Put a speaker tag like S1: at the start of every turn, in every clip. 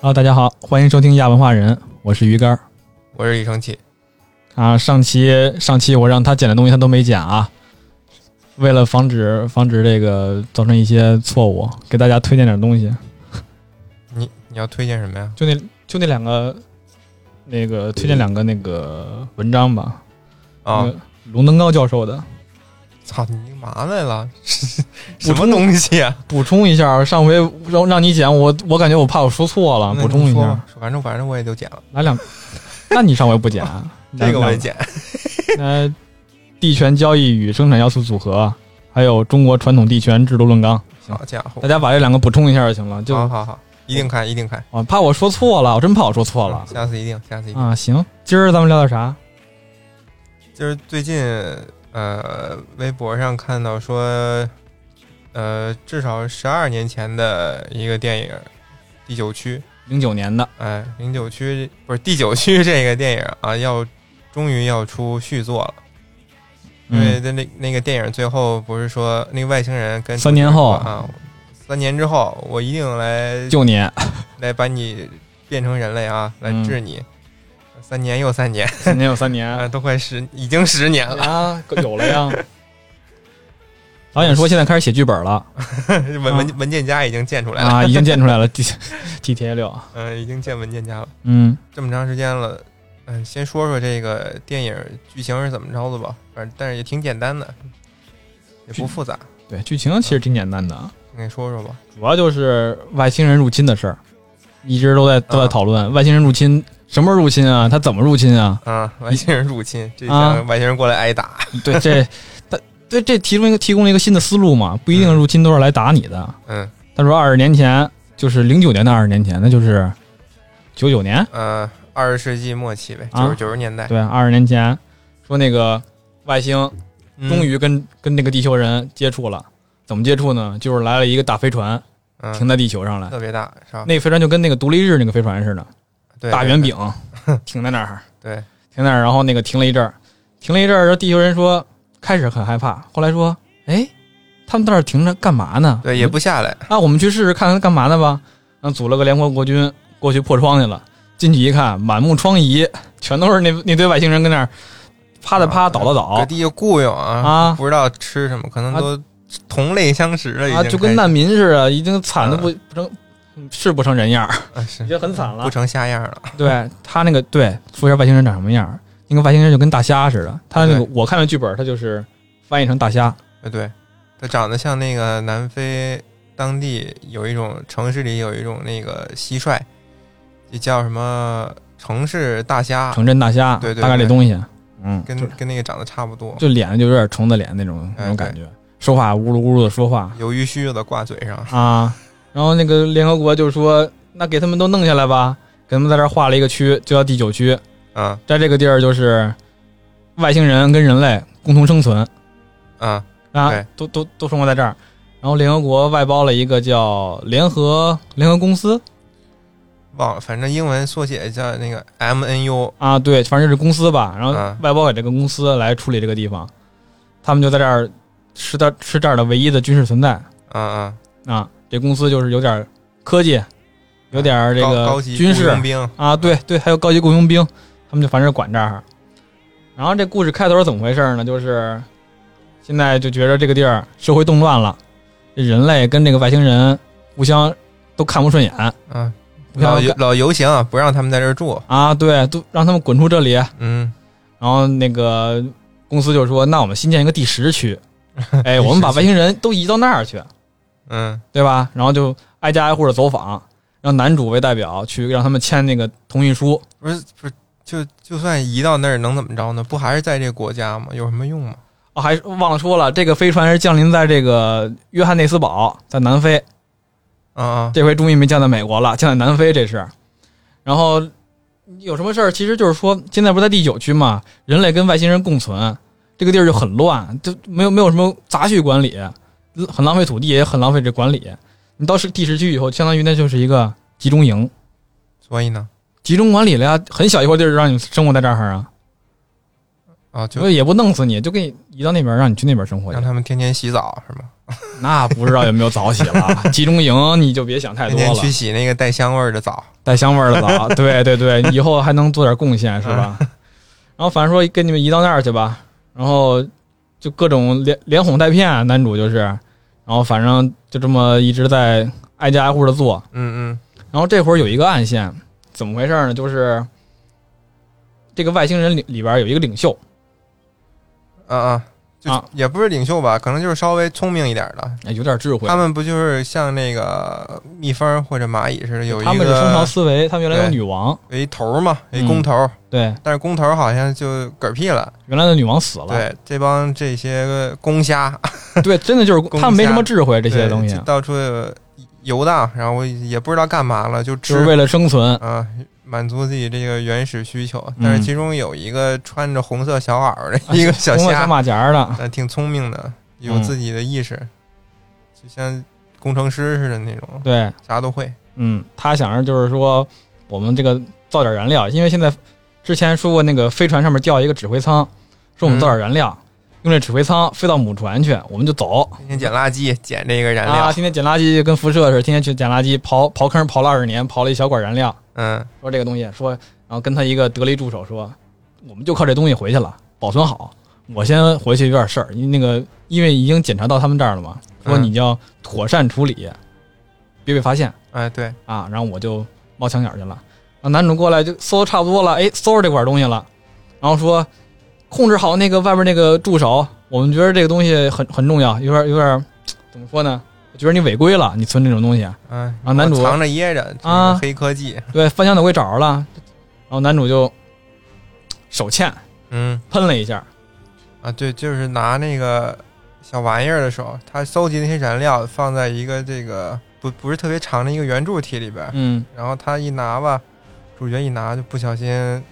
S1: 啊，大家好，欢迎收听亚文化人，我是鱼竿儿
S2: 我是李成器，
S1: 啊。上期上期我让他剪的东西他都没剪啊，为了防止防止这个造成一些错误，给大家推荐点东西，
S2: 你你要推荐什么呀？
S1: 就那就那两个那个推荐两个那个文章吧，
S2: 啊
S1: 那，个卢登高教授的，
S2: 操，你干嘛 来了？
S1: 补
S2: 什么
S1: 充
S2: 东西啊？
S1: 补充一下，上回让让你剪，我我感觉我怕我说错了，
S2: 那
S1: 补充
S2: 你
S1: 一
S2: 说
S1: 下
S2: 吧，，反正反正我也就剪了，
S1: 来两，那你上回不剪，啊
S2: 这个我也
S1: 来
S2: 剪。
S1: 那地权交易与生产要素组合，还有中国传统地权制度论纲，行
S2: 好家伙
S1: 大，家把这两个补充一下就行了。就
S2: 好好好，一定看一定看，
S1: 我怕我说错了，我真怕我说错了
S2: 下次一定下次一定。
S1: 啊。行，今儿咱们聊点啥？
S2: 就是最近呃，微博上看到说，呃，至少十二年前的一个电影《第九区》，
S1: 零九年的
S2: 哎，零九区不是第九区这个电影啊，要终于要出续作了。因为
S1: 嗯，
S2: 那那那个电影最后不是说那个外星人跟
S1: 三年后
S2: 啊，三年之后我一定来
S1: 旧年
S2: 来把你变成人类啊，来治你。
S1: 嗯
S2: 三年又三年
S1: 三年有三年
S2: 啊，都快十，已经十年了。
S1: 啊，有了呀。导演说现在开始写剧本了
S2: 文
S1: 啊
S2: 文文件夹已经 建出来了，
S1: 啊，已经建出来了 G G T A 六，
S2: 嗯、已经建文件夹了，
S1: 嗯
S2: 这么长时间了。嗯，先说说这个电影剧情是怎么着的吧，反正但是也挺简单的，也不复杂。
S1: 对，剧情其实挺简单的，
S2: 你给说说吧。
S1: 主要就是外星人入侵的事儿，一直都在都在
S2: 啊
S1: 讨论外星人入侵什么时候入侵啊？他怎么入侵啊？
S2: 啊，外星人入侵，这
S1: 啊
S2: 像外星人过来挨打。
S1: 对，这 他对这提供一个提供了一个新的思路嘛，不一定入侵都是来打你的。
S2: 嗯，
S1: 他说二十年前就是零九年的二十年前，那就是九九年，
S2: 呃，二十世纪末期呗，
S1: 啊
S2: 九十九十年代，
S1: 对，二十年前说那个外星终
S2: 于
S1: 于跟、跟那个地球人接触了，怎么接触呢？就是来了一个大飞船停
S2: 嗯，
S1: 在地球上来，
S2: 特别大，是吧？
S1: 那个飞船就跟那个独立日那个飞船似的，
S2: 对
S1: 大圆， 饼停在那儿。
S2: 对对，
S1: 停那儿，然后那个停了一阵儿，停了一阵儿，然后地球人说开始很害怕，后来说，哎，他们在这儿停着干嘛呢？
S2: 对，也不下来，
S1: 啊，我们去试试看看干嘛呢吧。然后组了个联合国军过去破窗去了，进去一看，满目疮痍，全都是那那堆外星人跟那儿趴的趴，
S2: 啊
S1: 倒的
S2: 各
S1: 倒
S2: 地就雇佣啊，
S1: 啊
S2: 不知道吃什么，可能都同类相食了，已
S1: 啊，
S2: 经
S1: 就跟
S2: 开
S1: 难民似的，已经惨的不不成嗯是不成人样儿，
S2: 始啊是
S1: 已经很惨了
S2: 不。成下样了，
S1: 对他那个对，说一下外星人长什么样儿，那个外星人就跟大虾似的，他那个
S2: 对
S1: 我看的剧本，他就是翻译成大虾。
S2: 对对，它长得像那个南非当地有一种城市里有一种那个蟋蟀，也叫什么城市大虾，
S1: 城镇大虾，
S2: 啊对对
S1: 大概这
S2: 对
S1: 东西，嗯，
S2: 跟
S1: 就
S2: 跟那个长得差不多，
S1: 就脸就有点虫子脸那种
S2: 哎
S1: 那种感觉，说话呜噜呜噜的说话
S2: 鱿鱼须子挂嘴上，
S1: 啊，然后那个联合国就说，那给他们都弄下来吧，给他们在这儿划了一个区，就叫第九区，
S2: 嗯
S1: 在这个地儿就是外星人跟人类共同生存
S2: 嗯。
S1: 啊
S2: 对，
S1: 都都都生活在这儿。然后联合国外包了一个叫联合联合公司
S2: 忘了，反正英文缩写叫那个 MNU
S1: 啊，对，反正是公司吧，然后
S2: 嗯
S1: 外包给这个公司来处理这个地方，他们就在这儿是他是这儿的唯一的军事存在。
S2: 啊啊，
S1: 啊，这公司就是有点儿科技，有点儿这
S2: 高
S1: 个
S2: 高级
S1: 军
S2: 雇
S1: 事
S2: 佣兵，
S1: 啊，对对，还有高级雇佣兵，他们就反正管这儿。然后这故事开头是怎么回事呢？就是现在就觉着这个地儿社会动乱了，这人类跟这个外星人互相都看不顺眼，
S2: 啊，
S1: 互相
S2: 老游
S1: 干
S2: 老游行啊，不让他们在这儿住，
S1: 啊，对，都让他们滚出这里。
S2: 嗯，
S1: 然后那个公司就说，那我们新建一个第十区，哎，我们把外星人都移到那儿去。
S2: 嗯
S1: 对吧？然后就挨家挨户的走访，让男主为代表去让他们签那个同意书。
S2: 不是不是，就就算移到那儿能怎么着呢？不还是在这国家吗？有什么用吗？
S1: 哦，还忘了说了，这个飞船是降临在这个约翰内斯堡，在南非。
S2: 啊啊，
S1: 这回终于没降在美国了，降在南非这是。然后有什么事儿，其实就是说，现在不是在第九区嘛，人类跟外星人共存，这个地儿就很乱，就没有没有什么杂序管理，很浪费土地，也很浪费这管理。你到是第十区以后，相当于那就是一个集中营，
S2: 所以呢，
S1: 集中管理了呀，很小一块地儿就让你生活在这儿啊。
S2: 啊，就
S1: 就也不弄死你，就给你移到那边，让你去那边生活去
S2: 让。他们天天洗澡是吗？
S1: 那不知道有没有早洗了，集中营你就别想太
S2: 天
S1: 多
S2: 天
S1: 了，
S2: 去洗那个带香味儿的澡。
S1: 带香味儿的澡， 对对对，以后还能做点贡献是吧？然后反正说跟你们移到那儿去吧，然后就各种连连哄带骗，男主就是，然后反正就这么一直在挨家挨户的做。
S2: 嗯
S1: 然后这会儿有一个暗线，怎么回事呢？就是这个外星人里里边有一个领袖，
S2: 嗯啊啊，就
S1: 啊
S2: 也不是领袖吧，可能就是稍微聪明一点的。
S1: 哎有点智慧
S2: 他，们不就是像那个蜜蜂或者蚂蚁似的，有一
S1: 他们是
S2: 个
S1: 双朝思维，他们原来有
S2: 对
S1: 女王，
S2: 有一头嘛，有一
S1: 嗯
S2: 公头，
S1: 对，
S2: 但是公头好像就嗝屁了。
S1: 原来的女王死了，
S2: 对，这帮这些公虾，
S1: 对，真 的就是
S2: 公
S1: 他们没
S2: 家
S1: 什么智慧这些
S2: 对
S1: 东西啊
S2: 就，到处游荡，然后也不知道干嘛了，就吃
S1: 就是为了生存。
S2: 啊，满足自己这个原始需求。
S1: 嗯啊
S2: 但是其中有一个穿着红色小袄的一个小
S1: 红了
S2: 虾，
S1: 马甲儿的，
S2: 但挺聪明的，有
S1: 嗯
S2: 自己的意识，就像工程师似的那种，
S1: 对，
S2: 啥都会。
S1: 嗯，他想着就是说，我们这个造点燃料，因为现在之前说过那个飞船上面掉一个指挥舱，说我们造点燃
S2: 嗯
S1: 料，用这指挥舱飞到母船去，我们就走。
S2: 天天捡垃圾，捡这个燃料，
S1: 啊，天天捡垃圾跟辐射似的，天天去捡垃圾，刨刨坑刨了二十年，刨了一小管燃料，
S2: 嗯，
S1: 说这个东西，说然后跟他一个得力助手说，我们就靠这东西回去了，保存好。我先回去有点事儿，因为那个因为已经检查到他们这儿了嘛，说
S2: 嗯
S1: 你要妥善处理，别被发现。
S2: 哎，对，
S1: 啊，然后我就冒墙角去了。啊，男主过来就搜的差不多了，哎，搜着这块东西了，然后说控制好那个外边那个助手，我们觉得这个东西很很重要，有点有点怎么说呢？我觉得你违规了，你存这种东西，
S2: 嗯、
S1: 啊男主
S2: 我藏着掖着，这
S1: 啊
S2: 是黑科技，
S1: 对，翻箱倒柜找着了，然后男主就手欠
S2: 嗯
S1: 喷了一下，
S2: 啊，对，就是拿那个小玩意儿的时候，他搜集那些燃料放在一个这个不不是特别长的一个圆柱体里边，
S1: 嗯，
S2: 然后他一拿吧，主角一拿就不小心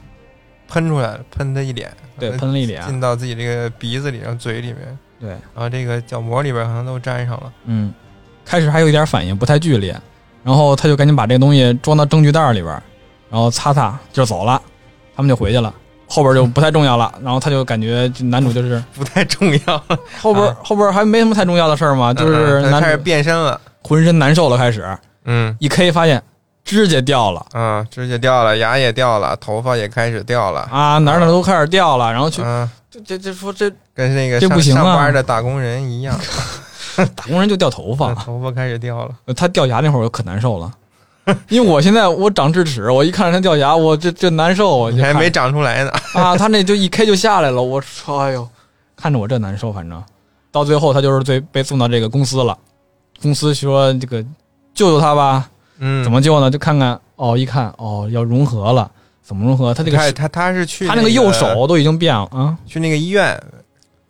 S2: 喷出来了，喷他一脸，
S1: 对，
S2: 呃
S1: 喷了一脸，
S2: 进到自己这个鼻子里，然后嘴里面，
S1: 对，
S2: 然后这个角膜里边好像都粘上了。
S1: 嗯，开始还有一点反应，不太剧烈，然后他就赶紧把这个东西装到证据袋里边儿，然后擦擦就走了，他们就回去了。后边就不太重要了，然后他就感觉嗯就男主就是啊
S2: 不太重要，
S1: 后边、后边还没什么太重要的事儿嘛，啊就是
S2: 嗯嗯他开始
S1: 男主
S2: 变身了，
S1: 浑身难受了，开始
S2: 嗯
S1: 一 K 发现指甲掉了
S2: 啊，指甲掉了，牙也掉了，头发也开始掉了，
S1: 啊，哪儿哪儿都开始掉了，然后去
S2: 啊，
S1: 这这这说这
S2: 跟那个
S1: 这
S2: 上
S1: 不行啊
S2: 上班的打工人一 样，
S1: 打工人就掉头发，
S2: 头发开始掉了，
S1: 他掉牙那会儿我可难受 了，因为我现在我长智齿，我一看着他掉牙，我这这难受，我就
S2: 你还
S1: 看
S2: 没长出来呢，
S1: 啊，他那就一开就下来了，我操，哎呦，看着我这难受，反正到最后他就是最被送到这个公司了，公司说这个救救他吧，
S2: 嗯，
S1: 怎么救呢？就看看哦，一看哦要融合了，怎么融合？他这个
S2: 他他他是去
S1: 他
S2: 那
S1: 那个右手都已经变了啊，
S2: 去那个医院，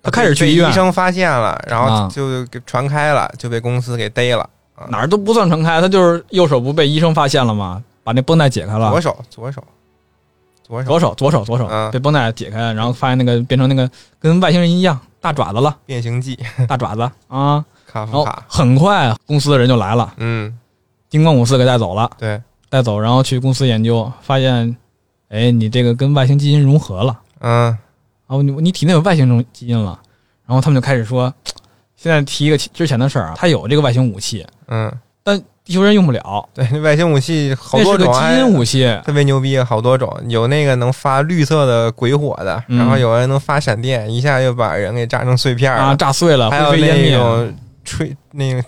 S1: 他开始去
S2: 被
S1: 医院
S2: 医生发现了，然后
S1: 啊
S2: 就给传开了，就被公司给逮了。啊
S1: 哪儿都不算传开，他就是右手不被医生发现了吗？把那绷带解开了
S2: 左，手，左手，左手，
S1: 左手左手左手
S2: 啊
S1: 被绷带解开，然后发现那个变成那个跟外星人一样大爪子 了，
S2: 变形记，
S1: 大爪子啊，
S2: 卡
S1: 然
S2: 夫
S1: 后
S2: 卡。
S1: 很快公司的人就来了，
S2: 嗯，
S1: 金光武四给带走了。
S2: 对，
S1: 带走，然后去公司研究，发现，哎，你这个跟外星基因融合了，
S2: 嗯
S1: 哦，你你体内有外星种基因了，然后他们就开始说，现在提一个之前的事儿啊，他有这个外星武器，
S2: 嗯，
S1: 但地球人用不了，
S2: 对， 那外星武器好
S1: 那
S2: 多
S1: 是个
S2: 种，
S1: 基因
S2: 哎
S1: 武器，
S2: 特别牛逼，好多种，有那个能发绿色的鬼火的，
S1: 嗯
S2: 然后有人能发闪电，一下就把人给炸成碎片儿
S1: 啊，
S2: 了，
S1: 炸碎了，
S2: 还有
S1: 灰飞烟
S2: 那
S1: 灭，啊
S2: 种吹那个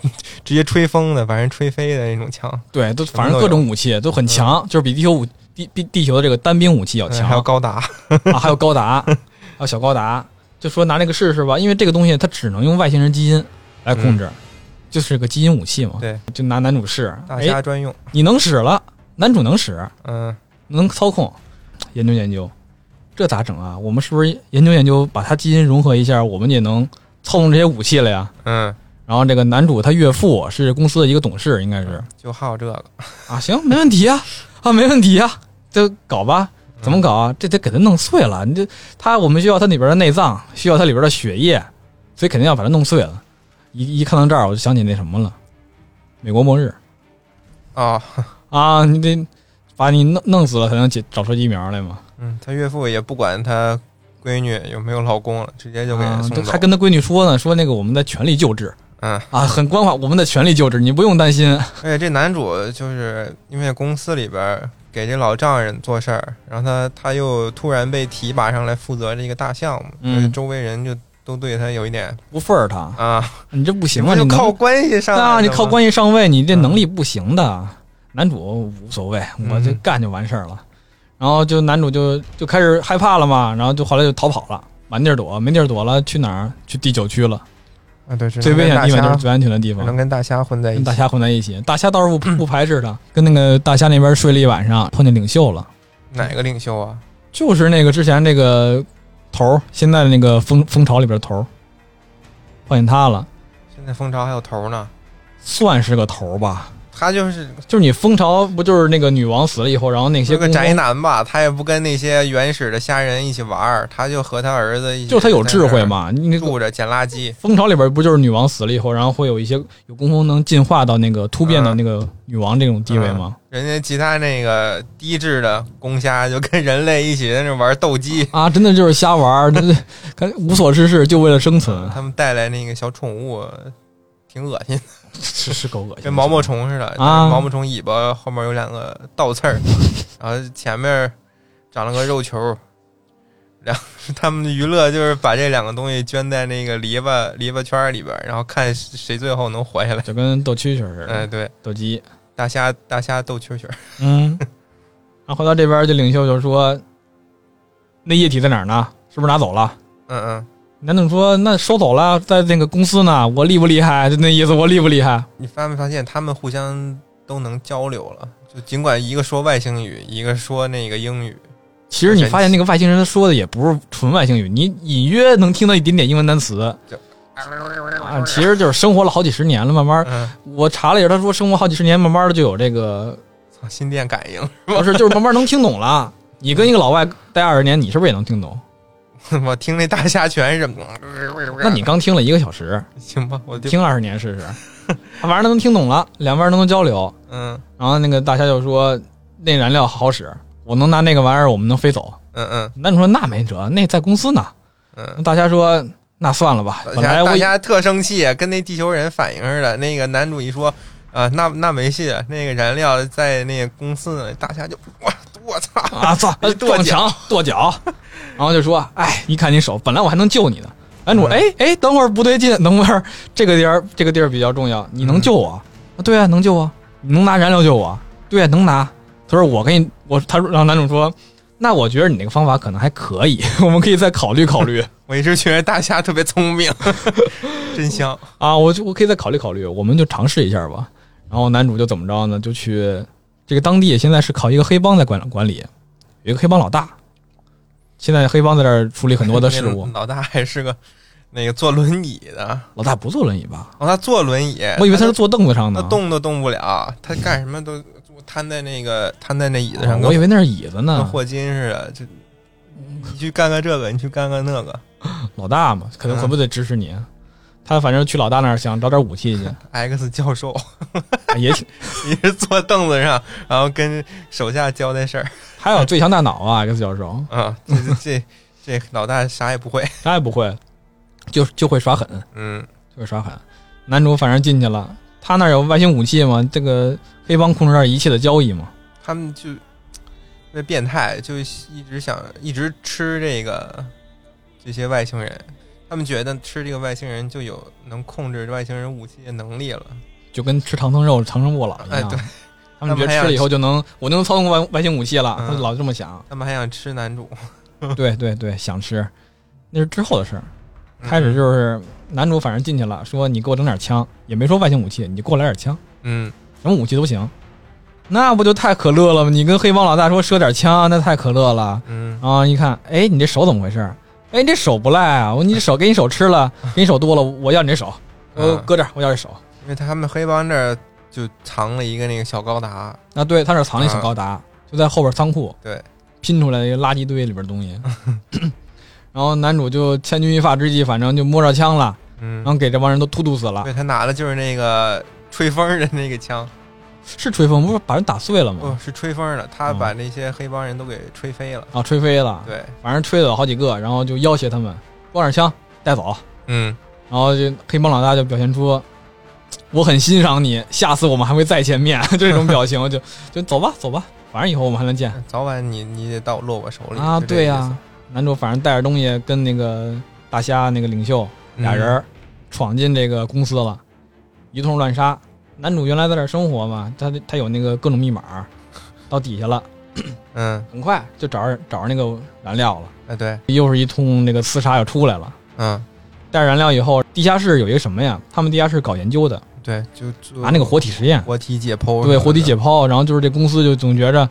S2: 直接吹风的，把人吹飞的那种枪，
S1: 对，都
S2: 么
S1: 反正
S2: 都
S1: 各种
S2: 有
S1: 武器都很强，就是比地球武地地地球的这个单兵武器要
S2: 嗯
S1: 强，
S2: 还有高达，
S1: 啊，还有高达，还有小高达，就说拿这个试试吧，因为这个东西它只能用外星人基因来控制，就是个基因武器嘛。
S2: 嗯对，
S1: 就拿男主试，
S2: 大
S1: 哎，
S2: 家专用，
S1: 你能使了，男主能使，
S2: 嗯
S1: 能操控，研究研究，这咋整啊？我们是不是研究研究，把它基因融合一下，我们也能操控这些武器了呀？
S2: 嗯，
S1: 然后这个男主他岳父是公司的一个董事，应该是
S2: 就好这个，
S1: 啊，行，没问题啊，啊，没问题啊，就搞吧。怎么搞啊？这得给它弄碎了。你这它，我们需要它里边的内脏，需要它里边的血液，所以肯定要把它弄碎了。一一看到这儿，我就想起那什么了，美国末日
S2: 啊？
S1: 啊！你得把你弄弄死了才能解找出疫苗来嘛。
S2: 嗯，他岳父也不管他闺女有没有老公了，直接就给
S1: 啊
S2: 送
S1: 都
S2: 走。
S1: 还跟他闺女说呢，说那个我们在全力救治
S2: 嗯，
S1: 啊，很关怀我们的全力救治，你不用担心。
S2: 而且这男主就是因为公司里边儿给这老丈人做事儿，然后他他又突然被提拔上来负责这个大项目，
S1: 嗯
S2: 就是周围人就都对他有一点
S1: 不份儿他，
S2: 啊，
S1: 你这不行啊！你
S2: 那 就
S1: 能
S2: 靠关系上
S1: 啊，你靠
S2: 系
S1: 关系上位，你这能力不行的。男主无所谓，我就
S2: 嗯
S1: 干就完事儿了。然后就男主就就开始害怕了嘛，然后就后来就逃跑了，满地儿躲，没地儿躲了，去哪儿？去第九区了，
S2: 啊，对，只能
S1: 最危险的地
S2: 跟
S1: 方就
S2: 大
S1: 是
S2: 虾
S1: 最安全的地
S2: 只
S1: 方
S2: 能。跟大虾混在一
S1: 跟
S2: 起
S1: 大。虾混在一起，大虾倒是不不排斥他，跟那个大虾那边睡了一晚上，碰见领袖了，
S2: 哪个领袖啊？
S1: 就是那个之前那个头儿，现在的那个蜂蜂巢里边的头儿，碰见他了，
S2: 现在蜂巢还有头呢，
S1: 算是个头儿吧。
S2: 他就是
S1: 就是你蜂巢不就是那个女王死了以后，然后那些
S2: 是个
S1: 公
S2: 宅
S1: 公
S2: 男吧，他也不跟那些原始的虾人一起玩儿，他就和他儿子一起，
S1: 就是他有智慧，嘛。你那个
S2: 住着捡垃圾。
S1: 蜂巢里边不就是女王死了以后，然后会有一些有工蜂能进化到那个突变的那个女王这种地位吗？
S2: 人家其他那个低智的公虾就跟人类一起在那玩斗鸡，
S1: 啊，真的就是瞎玩儿，真的 感觉无所事事，就为了生存，
S2: 他们带来那个小宠物，挺恶心的，
S1: 是是够恶心的。
S2: 跟毛毛虫似的，
S1: 啊
S2: 毛毛虫尾巴后面有两个倒 刺儿，然后前面长了个肉球。然后 他们的娱乐就是把这两个东西圈在那个篱笆篱笆圈儿里边儿，然后看谁最后能活下来。
S1: 就跟斗蛐蛐似
S2: 哎，
S1: 的，
S2: 对，
S1: 斗鸡。
S2: 大虾大虾斗蛐蛐儿，
S1: 嗯， 然后回到这边，这领袖就说：“那液体在哪儿呢？是不是拿走了？”
S2: 嗯嗯，
S1: 男主说：“那收走了，在那个公司呢，我厉不厉害？就那意思，我厉不厉害？
S2: 你发没发现他们互相都能交流了？就尽管一个说外星语，一个说那个英语，
S1: 其实你发现那个外星人说的也不是纯外星语，你隐约能听到一点点英文单词
S2: 就。
S1: 啊，其实就是生活了好几十年了，慢慢
S2: 嗯，
S1: 我查了一下，他说生活好几十年，慢慢的就有这 个，
S2: 操，心电感应，
S1: 不是就是慢慢能听懂了。你跟一个老外待二十年，你是不是也能听懂？
S2: 我听那大虾全是，
S1: 那你刚听了一个小时，
S2: 行吧？我就
S1: 听二十年试试， 反正能听懂了，两边都能交流。
S2: 嗯
S1: 然后那个大虾就说：“那燃料好使，我能拿那个玩意儿，我们能飞走。”
S2: 嗯嗯
S1: 男主说：“那没辙，那在公司呢。”
S2: 嗯。
S1: 大家说：“那算了吧，
S2: 大
S1: 本
S2: 家
S1: 来我
S2: 大
S1: 以
S2: 家特生气，啊跟那地球人反应似的。那个男主一说，啊，那那没戏，那个燃料在那个公司呢，大虾就我我操，
S1: 啊操
S2: 一跺
S1: 撞
S2: 脚
S1: 墙跺脚， 然后就说：‘哎，你看你手，本来我还能救你呢。’男主：‘
S2: 嗯
S1: 哎哎，等会儿不对劲， 等会儿这个地儿这个地儿比较重要，你能
S2: 嗯
S1: 救我？’啊，对啊，能救啊，你能拿燃料救我？对啊，能拿。”他说：“我给你，我他说让男主说，那我觉得你那个方法可能还可以， 我们可以再考虑考虑。”
S2: 我一直觉得大虾特别聪明， 真香。
S1: 啊，我就我可以再考虑考虑，我们就尝试一下吧。然后男主就怎么着呢？就去这个当地现在是靠一个黑帮在管管理，有一个黑帮老大。现在黑帮在这儿处理很多的事务
S2: 那，老大还是个那个坐轮椅的，
S1: 老大不坐轮椅吧？
S2: 哦，他坐轮椅，
S1: 我以为他
S2: 他
S1: 是坐凳子上
S2: 他
S1: 呢，
S2: 动都动不了，他干什么都瘫在那个瘫在那椅子上，
S1: 哦
S2: 跟
S1: 我以嗯为那是椅子
S2: 跟
S1: 呢。
S2: 霍金似的，就你去干干这个，你去干干那个，
S1: 老大嘛，可能
S2: 嗯
S1: 可不得指使你。啊他反正去老大那儿想找点武器去，
S2: X 教授，
S1: 啊也挺
S2: 你是坐凳子上，然后跟手下交代 事儿
S1: 还有最强大脑啊，X 教授
S2: 啊，这这这这老大啥也不会，
S1: 啥也不会，就就会耍狠。
S2: 嗯
S1: 就是耍狠。男主反正进去了，他那儿有外星武器嘛，这个黑帮控制着一切的交易嘛。
S2: 他们就那变态就一直想一直吃这个这些外星人，他们觉得吃这个外星人就有能控制外星人武器的能力了，
S1: 就跟吃唐僧肉、长生不老一
S2: 哎
S1: 样，
S2: 对。
S1: 他们觉得吃了以后就能，我就能操控外外星武器了，
S2: 嗯。
S1: 他们老这么想
S2: 嗯他们还想吃男主，
S1: 对对对，想吃，那是之后的事儿。嗯
S2: 嗯
S1: 开始就是男主反正进去了，说你给我整点枪，也没说外星武器，你就给我来点枪，
S2: 嗯，
S1: 什么武器都行。那不就太可乐了吗？你跟黑帮老大说射点枪，那太可乐了。
S2: 嗯
S1: 啊、一看，哎，你这手怎么回事儿？哎，你这手不赖啊！我你这手给你手吃 了，给你手多了，我要你这手，我
S2: 嗯，
S1: 搁这儿，我要这手。
S2: 因为他们黑帮这儿就藏了一个那个小高达，
S1: 啊，对，他这儿藏了一小高达，就在后边仓库，
S2: 嗯对，
S1: 拼出来一个垃圾堆里边东 西。 然后男主就千钧一发之际，反正就摸着枪了，
S2: 嗯
S1: 然，后给这帮人都突突死了。
S2: 对他拿的就是那个吹风的那个枪，
S1: 是吹风，不是把人打碎了吗？
S2: 哦，是吹风了，他把那些黑帮人都给吹飞了。
S1: 嗯啊，吹飞了，
S2: 对，
S1: 反正吹了好几个，然后就要挟他们，光点枪带走，
S2: 嗯，
S1: 然后就黑帮老大就表现出我很欣赏你，下次我们还会再见面 就这种表情，我就就走吧走吧，反正以后我们还能 见
S2: 早晚你你得到落我手里
S1: 啊。
S2: 就哦这
S1: 对呀、
S2: 意思
S1: 男主反正带着东西跟那个大虾那个领袖
S2: 嗯
S1: 俩人儿闯进这个公司了，一通乱杀。男主原来在这儿生活嘛，他他有那个各种密码，到底下了，
S2: 嗯，
S1: 很快就找着找着那个燃料了，
S2: 嗯，哎，对，
S1: 又是一通那个厮杀又出来了。
S2: 嗯，
S1: 带着燃料以后，地下室有一个什么呀？他们地下室搞研究的，
S2: 对，就做
S1: 拿那个活体实验，
S2: 活体解剖，
S1: 对，活体解，剖。然后就是这公司就总觉着，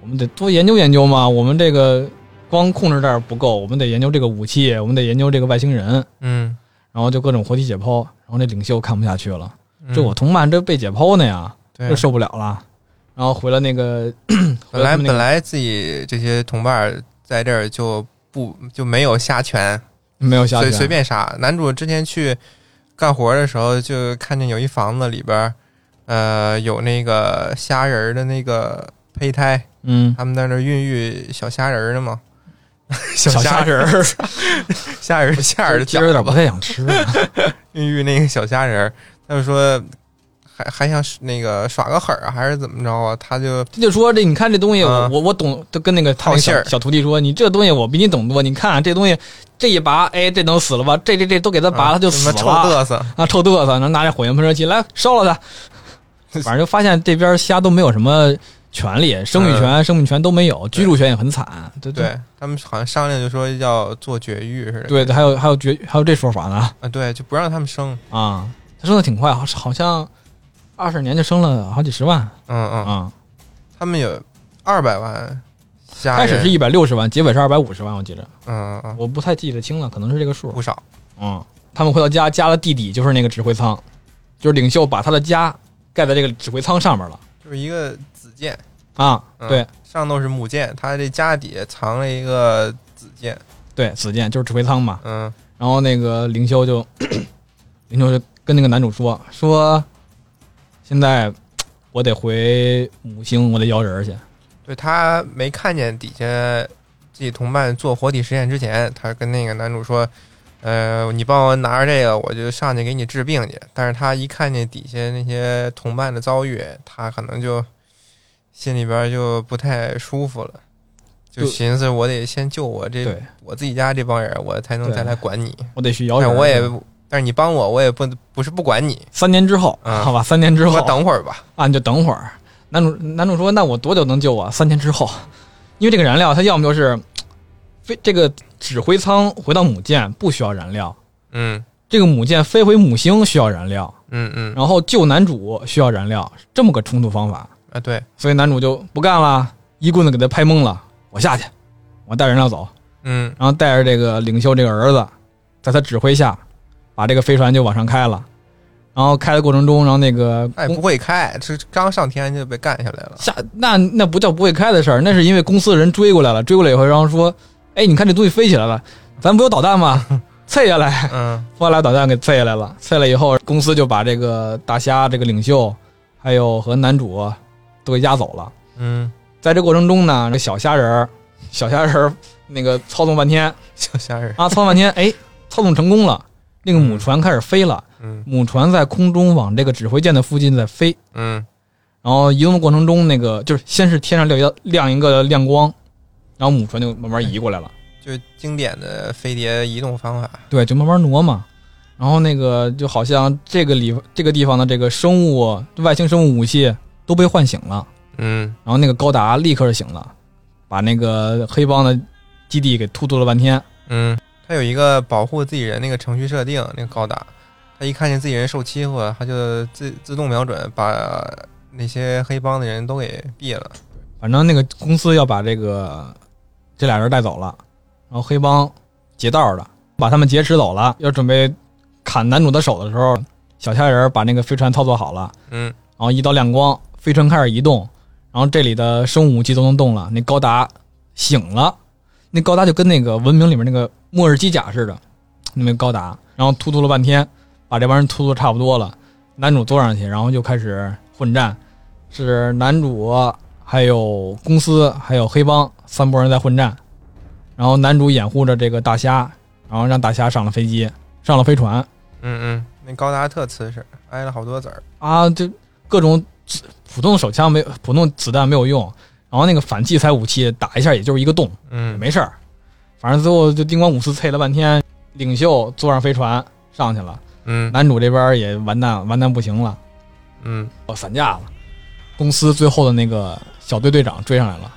S1: 我们得多研究研究嘛，我们这个光控制这儿不够，我们得研究这个武器，我们得研究这个外星人，
S2: 嗯，
S1: 然后就各种活体解剖。然后那领袖看不下去了，
S2: 嗯
S1: 这我同伴这被解剖呢呀，
S2: 对
S1: 这受不了了。然后回了那个，回
S2: 本
S1: 了
S2: 来
S1: 他们那
S2: 本
S1: 个
S2: 来自己这些同伴儿在这儿就不就没有下权，
S1: 没有下
S2: 随
S1: 去，啊
S2: 随便杀。男主之前去干活的时候，就看见有一房子里边儿，呃，有那个虾仁儿的那个胚胎，
S1: 嗯，
S2: 他们在那儿孕育小虾仁儿呢 嘛。 小
S1: 小
S2: 虾
S1: 虾仁
S2: 儿， 虾仁儿虾仁儿
S1: 其实有点
S2: 饺
S1: 不
S2: 子，
S1: 太想吃了，
S2: 孕育那个小虾仁儿。他就说还还想那个耍个狠儿啊，还是怎么着啊？他就
S1: 他就说这你看这东西我，
S2: 啊
S1: 我我懂，就跟那个他那
S2: 套
S1: 个
S2: 信
S1: 小
S2: 儿
S1: 小徒弟说，你这东西我比你懂多，你看、这东西这一拔，哎，这能死了吧？这这这都给他拔，他就死
S2: 啊嗯什么
S1: 了。
S2: 臭嘚瑟，
S1: 啊，臭嘚瑟，然后拿着火焰喷射器来烧了 他。反正就发现这边虾都没有什么权
S2: 嗯
S1: 利，生育权、生命权都没有，居住权也很惨。对
S2: 对他们好像商量就说要做绝育似的，
S1: 对，还有还有绝还有这说法呢
S2: 啊，对，就不让他们生，
S1: 啊！他生的挺快，好好像二十年就生了好几十万
S2: 嗯嗯，
S1: 啊。
S2: 他们有二百万虾
S1: 开
S2: 仁，
S1: 始是一百六十万，结尾是二百五十万，我记着，
S2: 嗯嗯嗯，
S1: 我不太记得清了，可能是这个数。
S2: 不少，
S1: 嗯，他们回到家，家的地底就是那个指挥舱，就是领袖把他的家盖在这个指挥舱上面了
S2: 就是一个子舰，
S1: 啊。
S2: 嗯
S1: 对
S2: 上头是母舰，它这家底下藏了一个子舰，
S1: 对，子健就是指挥舱嘛。
S2: 嗯
S1: 然后那个灵修就， 灵修就跟那个男主说说，现在我得回母星，我得摇人儿去。
S2: 对他没看见底下自己同伴做活体实验之前，他跟那个男主说：“呃，你帮我拿着这个，我就上去给你治病去。”但是他一看见底下那些同伴的遭遇，他可能就心里边就不太舒服了，就
S1: 对
S2: 寻思我得先救我这
S1: 对
S2: 我自己家这帮人，我才能
S1: 对
S2: 再来管你。
S1: 我得去摇人啊
S2: 但
S1: 儿去。
S2: 哎我也，但是你帮我，我也不不是不管你，
S1: 三年之后，
S2: 嗯
S1: 好吧，三年之后
S2: 我等会儿吧。
S1: 啊，你就等会儿。男主男主说：“那我多久能救我？三年之后，因为这个燃料，它要么就是，飞这个指挥舱回到母舰不需要燃料，
S2: 嗯
S1: 这个母舰飞回母星需要燃料，
S2: 嗯嗯
S1: 然后救男主需要燃料，这么个冲突方法。
S2: 啊，对，
S1: 所以男主就不干了，一棍子给他拍懵了。我下去，我带人要走，
S2: 嗯
S1: 然后带着这个领袖这个儿子，在他指挥下，把这个飞船就往上开了。然后开的过程中，然后那个
S2: 他也不
S1: 公
S2: 会开，这刚上天就被干下来 了。
S1: 下那那不叫不会开的事儿，那是因为公司的人追过来了，追过来以后，然后说：“哎，你看这东西飞起来了，咱不有导弹吗？碎下来，
S2: 嗯
S1: 后来导弹给碎下来了。碎了以后，公司就把这个大虾、这个领袖，还有和男主都给押走了。”
S2: 嗯，
S1: 在这过程中呢，这小虾仁儿，小虾仁儿那个操纵半天
S2: 小虾 仁儿，
S1: 啊，操纵半天，哎，操纵成功了，那个母船开始飞了，
S2: 嗯
S1: 母船在空中往这个指挥舰的附近在飞，
S2: 嗯
S1: 然后移动的过程中，那个就是先是天上亮一道亮一个亮光，然后母船就慢慢移过来了，，
S2: 就是经典的飞碟移动方法。
S1: 对，就慢慢挪嘛。然后那个就好像这个里这个地方的这个生物外星生物武器都被唤醒了，
S2: 嗯
S1: 然后那个高达立刻就醒了，把那个黑帮的基地给突突了半天。
S2: 嗯，它有一个保护自己人那个程序设定，那个高达，他一看见自己人受欺负，他就自自动瞄准，把那些黑帮的人都给毙了。
S1: 反正那个公司要把这个这俩人带走了，然后黑帮劫道的把他们劫持走了，要准备砍男主的手的时候，小虾仁儿把那个飞船操作好了，
S2: 嗯
S1: 然后一道亮光，飞船开始移动，然后这里的生物武器都能动了，那高达醒了，那高达就跟那个文明里面那个末日机甲似的，那么高达，然后突突了半天，把这帮人突突差不多了，男主坐上去，然后就开始混战，是男主还有公司还有黑帮三拨人在混战，然后男主掩护着这个大虾，然后让大虾上了飞机，上了飞船
S2: 嗯嗯，那高达特瓷实，挨了好多子儿。
S1: 啊，这各种子普通的手枪没有，普通子弹没有用，然后那个反器材武器打一下也就是一个洞，
S2: 嗯，
S1: 没事儿，反正最后就叮咣五四啐了半天，领袖坐上飞船上去了，
S2: 嗯
S1: 男主这边也完蛋完蛋不行了。
S2: 嗯
S1: 我散架了。公司最后的那个小队队长追上来了，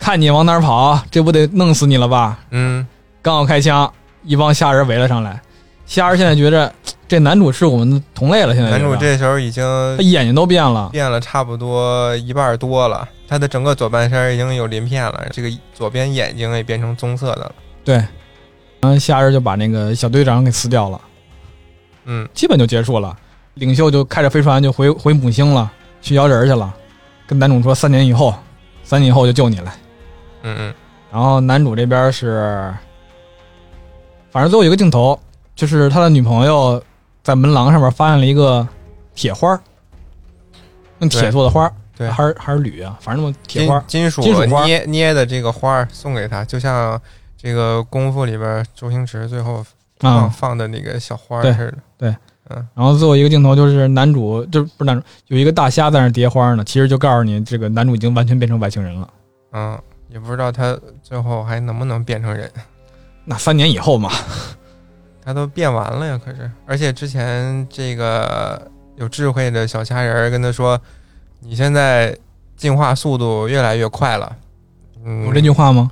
S1: 看你往哪儿跑，这不得弄死你了吧？
S2: 嗯
S1: 刚要开枪，一帮虾人围了上来。虾人现在觉着这男主是我们的同类了，现在
S2: 男主
S1: 觉着
S2: 这时候已经
S1: 他眼睛都变了，
S2: 变了差不多一半儿多了，他的整个左半身已经有鳞片了，这个左边眼睛也变成棕色的了。
S1: 对，然后虾人就把那个小队长给撕掉了，
S2: 嗯
S1: 基本就结束了。领袖就开着飞船就回回母星了，去摇人去了，跟男主说三年以后，三年以后就救你了。
S2: 嗯
S1: 然后男主这边是，反正最后有一个镜头，就是他的女朋友在门廊上面发现了一个铁花儿，用铁
S2: 对
S1: 做的花儿，
S2: 对
S1: 还是还是铝啊，反正那种铁
S2: 金
S1: 花儿。
S2: 金属
S1: 金属花
S2: 捏捏的这个花儿送给他，就像这个功夫里边周星驰最后放、
S1: 啊、
S2: 放的那个小花儿
S1: 对
S2: 似的。
S1: 然后最后一个镜头就是男主，就不是男主，有一个大虾在那叠花儿呢，其实就告诉你，这个男主已经完全变成外星人了。
S2: 嗯，也不知道他最后还能不能变成人，
S1: 那三年以后嘛，
S2: 他都变完了呀。可是，而且之前这个有智慧的小虾仁儿跟他说：“你现在进化速度越来越快了。”嗯，
S1: 有这句话吗？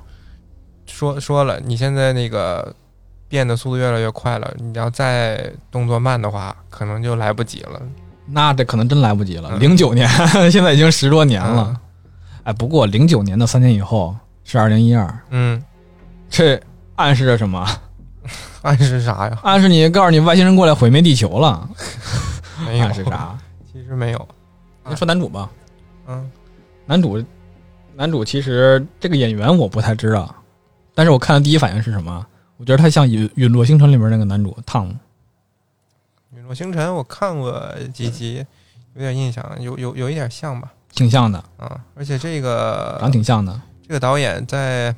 S2: 说说了，你现在那个变的速度越来越快了，你要再动作慢的话，可能就来不及了。
S1: 那这可能真来不及了。
S2: 嗯
S1: 零九年， 现在已经十多年了
S2: 嗯。
S1: 哎，不过零九年的三年以后是二零一二，
S2: 嗯，
S1: 这暗示着什么？
S2: 暗示啥呀？
S1: 暗示你，告诉你外星人过来毁灭地球了。
S2: 没有
S1: 暗示？ 啥？
S2: 其实没有。
S1: 先说男主吧，
S2: 嗯
S1: 男主，男主其实这个演员我不太知道，但是我看的第一反应是什么？我觉得他像《陨陨落星辰》里面那个男主汤姆。
S2: 《陨落星辰》我看过几集，有点印象，有有有一点像吧。
S1: 挺像的，
S2: 啊，而且这
S1: 长
S2: 个
S1: 挺像的。
S2: 这个导演在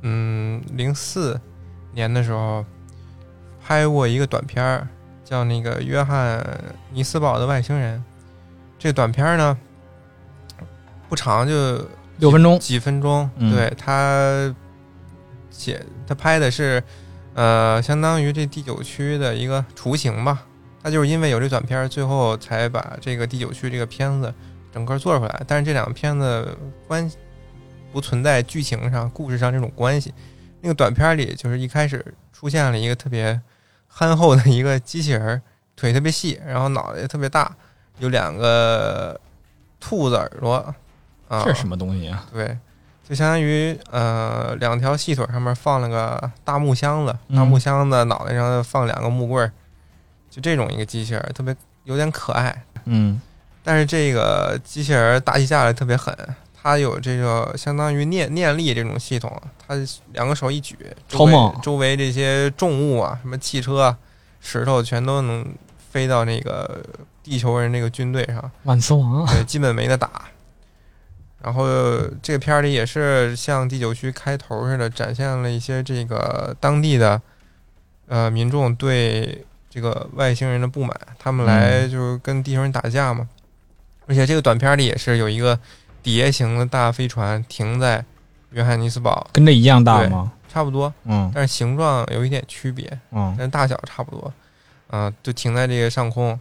S2: 嗯零四年的时候拍过一个短片儿，叫那个《约翰尼斯堡的外星人》。这短片儿呢不长，就
S1: 六分钟，
S2: 几分钟。
S1: 嗯
S2: 对他写他拍的是呃，相当于这第九区的一个雏形吧。他就是因为有这短片儿，最后才把这个第九区这个片子整个做出来。但是这两个片子关系不存在剧情上、故事上这种关系。那个短片儿里，就是一开始出现了一个特别憨厚的一个机器人儿，腿特别细，然后脑袋特别大，有两个兔子耳朵。啊，
S1: 这是什么东西啊？
S2: 对，就相当于呃两条细腿上面放了个大木箱子，
S1: 嗯
S2: 大木箱子脑袋上放两个木棍儿，就这种一个机器人儿，特别有点可爱。
S1: 嗯，
S2: 但是这个机器人儿打起架来特别狠，它有这个相当于念念力这种系统，它两个手一举，周
S1: 超
S2: 围
S1: 猛
S2: 周围这些重物啊，什么汽车、啊、石头，全都能飞到那个地球人这个军队上。
S1: 万磁 王啊
S2: 对，基本没得打。然后这个片儿里也是像第九区开头似的，展现了一些这个当地的呃民众对这个外星人的不满，他们来就是跟地球人打架嘛。而且这个短片里也是有一个碟形的大飞船停在约翰尼斯堡，
S1: 跟这一样大吗？
S2: 差不多，
S1: 嗯
S2: 但是形状有一点区别。
S1: 嗯
S2: 但大小差不多，嗯、就停在这个上空，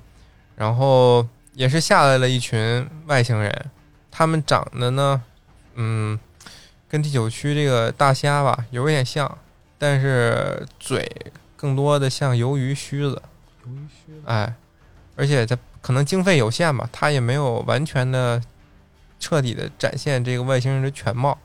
S2: 然后也是下来了一群外星人，他们长得呢，嗯，跟第九区这个大虾吧有一点像，但是嘴更多的像鱿鱼须子，哎，而且它可能经费有限吧，它也没有完全的、彻底的展现这个外星人的全貌，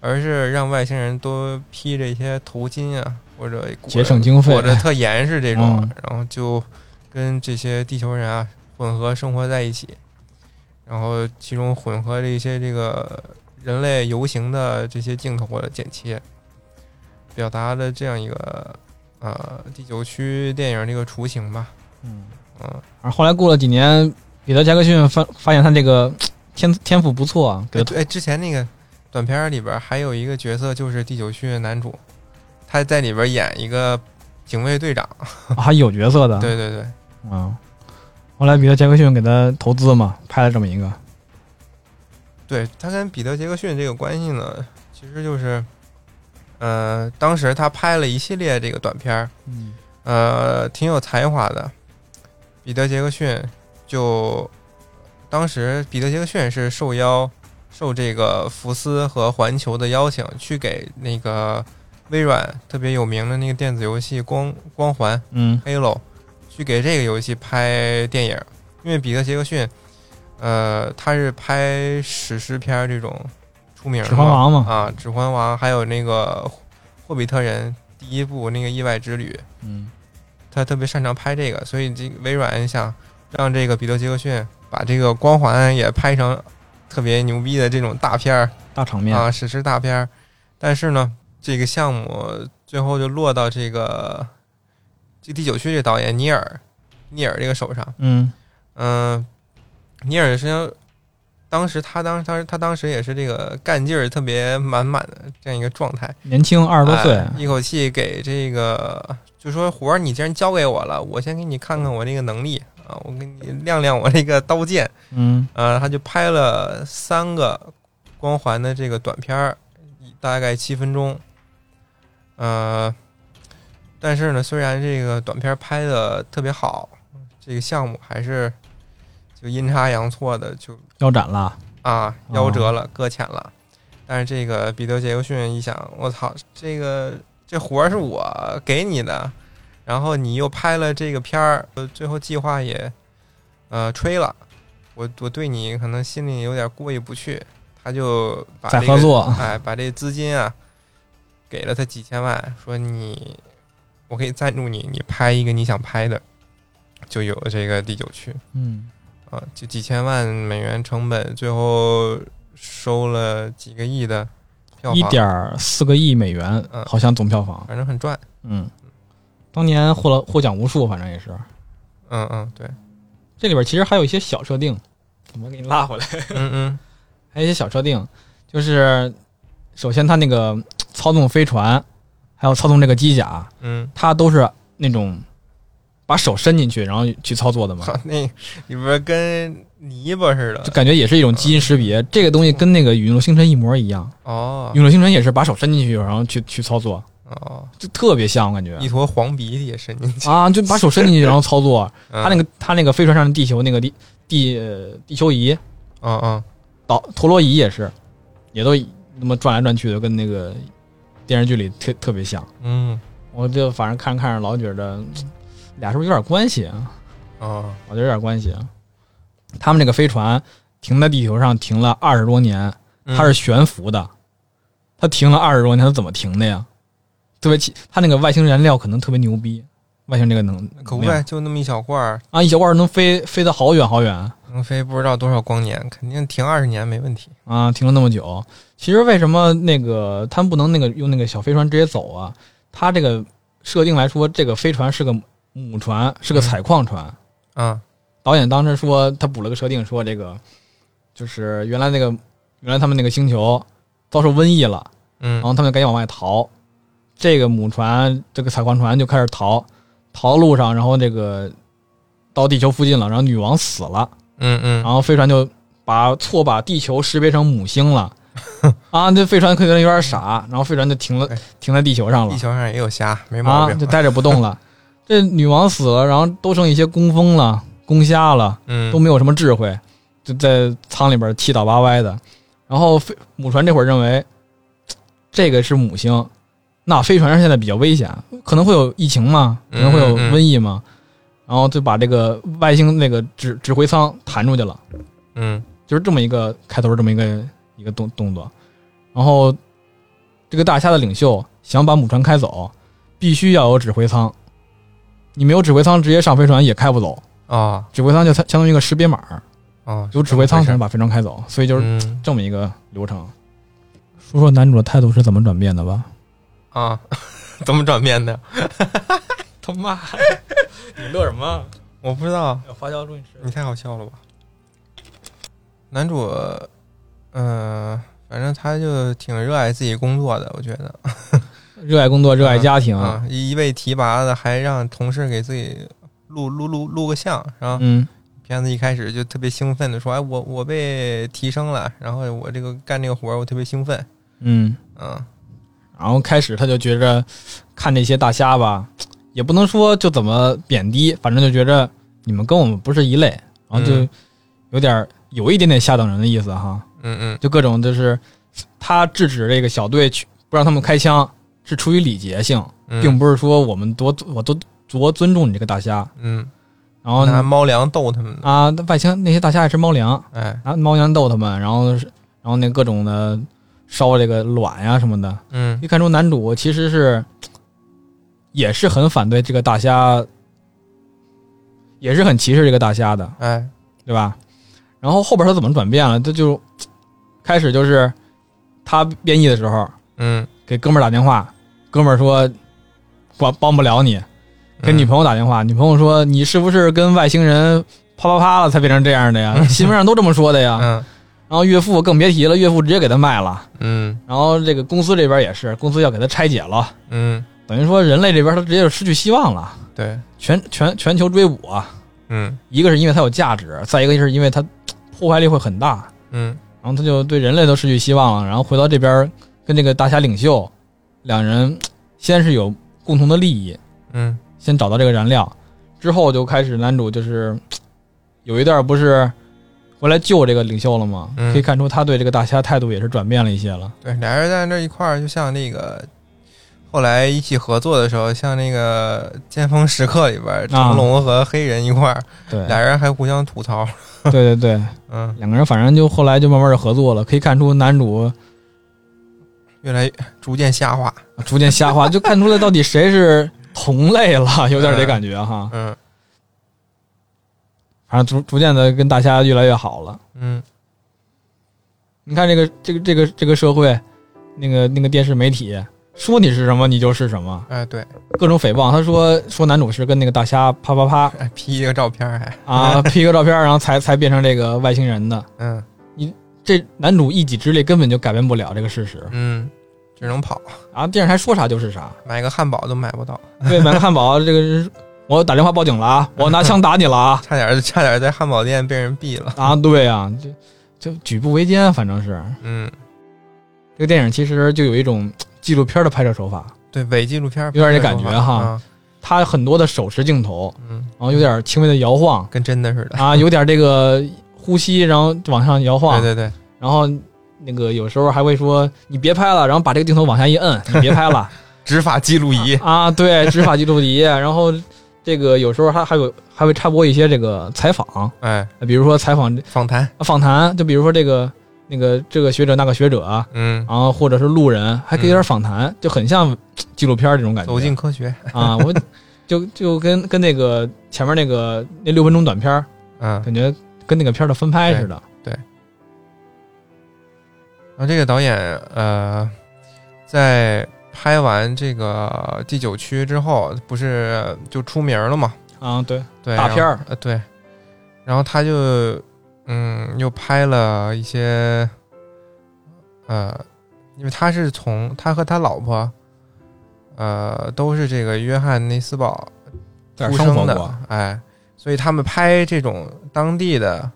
S2: 而是让外星人多披着一些头巾啊，或者裹
S1: 节省经费
S2: 裹着特严实这种，
S1: 嗯
S2: 然后就跟这些地球人啊混合生活在一起，然后其中混合着一些这个人类游行的这些镜头或者剪切，表达了这样一个。呃，第九区电影这个雏形吧，
S1: 嗯。
S2: 嗯，
S1: 而后来过了几年，彼得·杰克逊发发现他这个天天赋不错啊，给
S2: 哎
S1: 他
S2: 对哎，之前那个短片儿里边儿还有一个角色就是第九区的男主，他在里边儿演一个警卫队长。
S1: 啊还有角色的，
S2: 对对对，
S1: 啊。后来彼得·杰克逊给他投资嘛，拍了这么一个，
S2: 对他跟彼得·杰克逊这个关系呢，其实就是，呃，当时他拍了一系列这个短片儿，
S1: 嗯
S2: 呃，挺有才华的。彼得·杰克逊就当时彼得·杰克逊是受邀受这个福斯和环球的邀请，去给那个微软特别有名的那个电子游戏光《光环》
S1: 嗯
S2: Halo 去给这个游戏拍电影，因为彼得·杰克逊，呃，他是拍史诗片儿这种出名的
S1: 指环王嘛
S2: 啊，《指环王》还有那个《霍比特人》第一部那个意外之旅，
S1: 嗯，
S2: 他特别擅长拍这个，所以这个微软想让这个彼得·杰克逊把这个《光环》也拍成特别牛逼的这种大片儿
S1: 大场面，
S2: 啊，史诗大片儿。但是呢，这个项目最后就落到这个这第九区这导演尼尔尼尔这个手上。
S1: 嗯
S2: 嗯、尼尔实际上当时他当当时他当时也是这个干劲儿特别满满的这样一个状态。
S1: 年轻二十多岁
S2: 哎，一口气给这个，就说活儿你既然交给我了，我先给你看看我这个能力啊，我给你亮亮我这个刀剑
S1: 嗯
S2: 啊，他就拍了三个光环的这个短片儿，大概七分钟，呃，但是呢，虽然这个短片拍的特别好，这个项目还是就阴差阳错的就
S1: 腰斩了，
S2: 啊，夭
S1: 哦
S2: 折了，搁浅了。但是这个彼得·杰克逊一想，我操，这个这活儿是我给你的，然后你又拍了这个片儿，呃最后计划也呃吹了，我我对你可能心里有点过意不去，他就把、这
S1: 再
S2: 个、
S1: 合作
S2: 哎，把这资金啊给了他几千万，说你我可以赞助你，你拍一个你想拍的，就有了这个第九区。
S1: 嗯，
S2: 啊，就几千万美元成本，最后收了几个亿的票
S1: 一
S2: 房，
S1: 点四个亿美元
S2: 嗯，
S1: 好像总票房，
S2: 反正很赚。
S1: 嗯，当年获了获奖无数，反正也是。
S2: 嗯嗯，对，
S1: 这里边其实还有一些小设定，我们给你拉回来，
S2: 嗯嗯
S1: 还有一些小设定，就是首先它那个操纵飞船，还有操纵这个机甲，
S2: 嗯。
S1: 它都是那种把手伸进去然后去操作的 嘛
S2: 操，，那里边跟泥巴似
S1: 就
S2: 的。
S1: 感觉也是一种基因识别。这个东西跟那个陨落星辰一模一样，
S2: 哦
S1: 陨落星辰也是把手伸进去然后去去操作，
S2: 哦，
S1: 就特别像，我感觉
S2: 一坨黄鼻涕也伸进去。嗯
S1: 啊，就把手伸进去然后操作。它那
S2: 个，
S1: 个它那个飞船上的地球那个地地呃地球仪
S2: 嗯嗯
S1: 导陀螺仪也是，也都那么转来转去的，跟那个电视剧里特特别像。
S2: 嗯，
S1: 我就反正看着看着老觉得嗯俩是不是有点关系啊？
S2: 哦
S1: 我觉得有点关系啊。他们这个飞船停在地球上停了二十多年，
S2: 嗯，
S1: 它是悬浮的，它停了二十多年，它怎么停的呀？特别奇，它那个外星燃料可能特别牛逼，外星这个能
S2: 可不
S1: 能量
S2: 呗，就那么一小罐儿，
S1: 啊，一小罐儿能飞飞得好远好啊远。
S2: 能飞不知道多少光年，肯定停二十年没问题。
S1: 啊，停了那么久。其实为什么那个他们不能那个用那个小飞船直接走啊？它这个设定来说，这个飞船是个母船，是个
S2: 嗯
S1: 采矿船。
S2: 啊，
S1: 导演当时说，他补了个设定，说这个就是原来那个原来他们那个星球遭受瘟疫了，
S2: 嗯
S1: 然后他们就赶紧往外逃。这个母船，这个采矿船就开始逃，逃路上，然后这个到地球附近了，然后女王死了。
S2: 嗯
S1: 然
S2: 嗯，
S1: 后飞船就把错把地球识别成母星了，啊，这飞船可能有点傻，然后飞船就停了
S2: 哎，
S1: 停在地球上
S2: 地
S1: 了，
S2: 球上也有虾，没毛
S1: 啊，
S2: 病
S1: 就。待着不动了。这女王死了，然后都剩一些工蜂了、工虾了，
S2: 嗯，
S1: 都没有什么智慧，就在舱里边七倒八歪的。然后飞母船这会儿认为嘖这个是母星，那飞船上现在比较危险，可能会有疫情嘛，可能会有
S2: 嗯嗯嗯
S1: 瘟疫嘛，然后就把这个外星那个指指挥舱弹出去了。
S2: 嗯
S1: 就是这么一个开头，这么一个一个动动作。然后这个大虾的领袖想把母船开走，必须要有指挥舱。你没有指挥舱，直接上飞船也开不走。
S2: 哦
S1: 指挥舱就相相当于一个识别码儿，
S2: 哦，
S1: 有指挥舱才能
S2: 是
S1: 把飞船开走。所以就是
S2: 嗯
S1: 这么一个流程。说说男主的态度是怎么转变的吧？
S2: 啊， 怎么转变 的？
S1: 他妈，你乐什么？
S2: 我不知道，
S1: 有发酵东西吃
S2: 你太好笑了吧？男主，嗯、反正他就挺热爱自己工作的，我觉得。
S1: 热爱工作，热爱家庭，
S2: 啊，一一位提拔的还让同事给自己录录录录个像，然后
S1: 嗯，
S2: 片子一开始就特别兴奋的说：“哎，我我被提升了，然后我这个干这个活儿我特别兴奋。
S1: 嗯，”
S2: 嗯，
S1: 然后开始他就觉着看这些大虾吧，也不能说就怎么贬低，反正就觉着你们跟我们不是一类，然后就
S2: 嗯
S1: 有点儿有一点点下等人的意思哈，
S2: 嗯嗯
S1: 就各种就是他制止这个小队去不让他们开枪，是出于礼节性，
S2: 嗯，
S1: 并不是说我们多我多多尊重你这个大虾，
S2: 嗯，
S1: 然后
S2: 拿
S1: 呢
S2: 猫粮逗他们的，
S1: 啊，外星那些大虾爱吃猫粮，
S2: 哎，
S1: 拿猫粮逗他们，然后是然后那各种的烧这个卵呀、什么的，
S2: 嗯
S1: 可以看出男主其实是也是很反对这个大虾，也是很歧视这个大虾的，
S2: 哎，
S1: 对吧？然后后边他怎么转变了？他就开始就是他变异的时候
S2: 嗯，
S1: 给哥们儿打电话，哥们儿说帮帮不了你，
S2: 嗯
S1: 给女朋友打电话，女朋友说你是不是跟外星人啪啪啪了才变成这样的呀？新闻上都这么说的呀。
S2: 嗯
S1: 然后岳父更别提了，岳父直接给他卖了。
S2: 嗯
S1: 然后这个公司这边也是，公司要给他拆解了，
S2: 嗯，
S1: 等于说人类这边他直接就失去希望了，
S2: 对，
S1: 全全全球追捕啊！
S2: 嗯
S1: 一个是因为它有价值，再一个就是因为它嘖破坏力会很大，
S2: 嗯
S1: 然后他就对人类都失去希望了。然后回到这边跟这个大侠领袖，两人嘖先是有共同的利益，
S2: 嗯
S1: 先找到这个燃料，之后就开始男主就是嘖有一段不是回来救这个领袖了吗？
S2: 嗯
S1: 可以看出他对这个大侠态度也是转变了一些了。
S2: 对，俩人在那一块儿，就像那个后来一起合作的时候，像那个《尖峰时刻》里边
S1: 啊
S2: 儿，成龙和黑人一块儿，
S1: 对，
S2: 俩人还互相吐槽，
S1: 对对对，
S2: 嗯，
S1: 两个人反正就后来就慢慢的合作了，可以看出男主
S2: 越来越逐渐下滑，
S1: 逐渐瞎化，就看出来到底谁是同类 了，有点这感觉哈。
S2: 嗯
S1: 反正逐逐渐的跟大家越来越好了。
S2: 嗯
S1: 你看这个这个这个这个社会，那个那个电视媒体说你是什么，你就是什么，
S2: 哎，对，
S1: 各种诽谤。他说说男主是跟那个大虾啪啪啪
S2: 哎 P 一个照片儿还，
S1: 啊，P 个照片，然后才才变成这个外星人的。
S2: 嗯
S1: 这男主一己之力根本就改变不了这个事实
S2: 嗯，只能跑，
S1: 啊！电视台说啥就是 啥。
S2: 买个汉堡都买不到，
S1: 对，买个汉堡，这个是我打电话报警了啊， 我拿枪打你了啊！
S2: 差点儿差点儿在汉堡店被人毙了，
S1: 啊，对啊，就就举步维艰，反正是
S2: 嗯，
S1: 这个电影其实就有一种纪录片的拍摄手法，
S2: 对，伪纪录片儿
S1: 有点这感觉哈
S2: 啊，
S1: 它很多的手持镜头，
S2: 嗯，
S1: 然后有点轻微的摇晃
S2: 跟真的似的，
S1: 啊，有点这个呼吸，然后往上摇晃，
S2: 对对对，
S1: 然后那个有时候还会说你别拍了，然后把这个镜头往下一摁，你别 拍了
S2: 执法记录仪，
S1: 啊，对，执法记录仪，然后这个有时候还还有还会插播一些这个采访，啊
S2: 哎，
S1: 比如说采访
S2: 访谈，
S1: 访谈，就比如说这个那个这个学者那个学者啊，
S2: 嗯，
S1: 然后或者是路人，还可以有点访谈，就很像纪录片这种感觉。
S2: 走进科学，
S1: 啊，我就就跟跟那个前面那个那六分钟短片儿，
S2: 嗯。
S1: 感觉跟那个片儿的翻拍似的。
S2: 然后这个导演呃，在拍完这个呃第九区之后，不是就出名了嘛？
S1: 啊，对，
S2: 对，
S1: 大片儿
S2: 然后呃，对。然后他就嗯，又拍了一些呃，因为他是从他和他老婆呃都是这个约翰内斯堡
S1: 在
S2: 出
S1: 这儿生活
S2: 生
S1: 过
S2: 的，，哎，所以他们拍这种当地的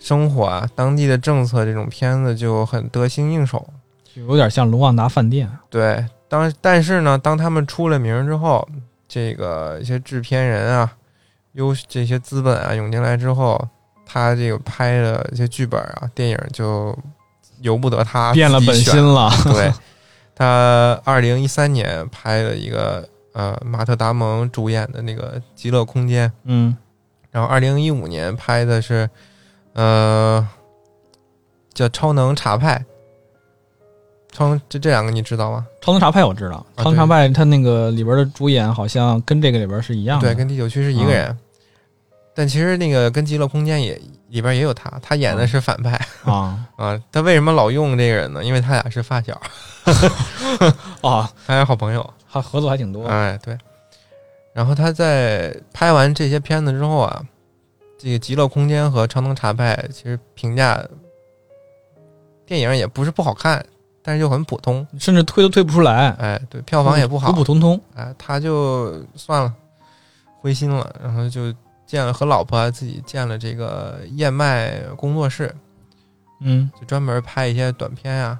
S2: 生活啊、当地的政策这种片子就很得心应手。
S1: 就有点像卢旺达饭店。
S2: 对，当但是呢，当他们出了名儿之后，这个一些制片人啊、优这些资本啊涌进来之后，他这个拍的一些剧本啊、电影就由不得他
S1: 变了
S2: 自己
S1: 本
S2: 选
S1: 心了，
S2: 对，他二零一三年拍了一个呃马特·达蒙主演的那个《极乐空间》，
S1: 嗯，
S2: 然后二零一五年拍的是呃叫《超能查派》。超能这这两个你知道吗？
S1: 超能查派我知道，
S2: 啊
S1: 超能查派它那个里边的主演好像跟这个里边是一样的，
S2: 对，跟第九区是一个人。但其实那个跟《极乐空间也》里边也有他，他演的是反派、
S1: 啊
S2: 啊。他为什么老用这个人呢？因为他俩是发小，
S1: 啊，
S2: 他俩是好朋友。
S1: 还合作还挺多。
S2: 哎，对。然后他在拍完这些片子之后啊，这个《极乐空间》和《超能查派》其实评价电影也不是不好看，但是就很普通。
S1: 甚至推都推不出来，
S2: 哎，对，票房也不好
S1: 嗯普，普通通。
S2: 哎，他就算了，灰心了，然后就建了和老婆啊自己建了这个燕麦工作室，
S1: 嗯，
S2: 就专门拍一些短片呀、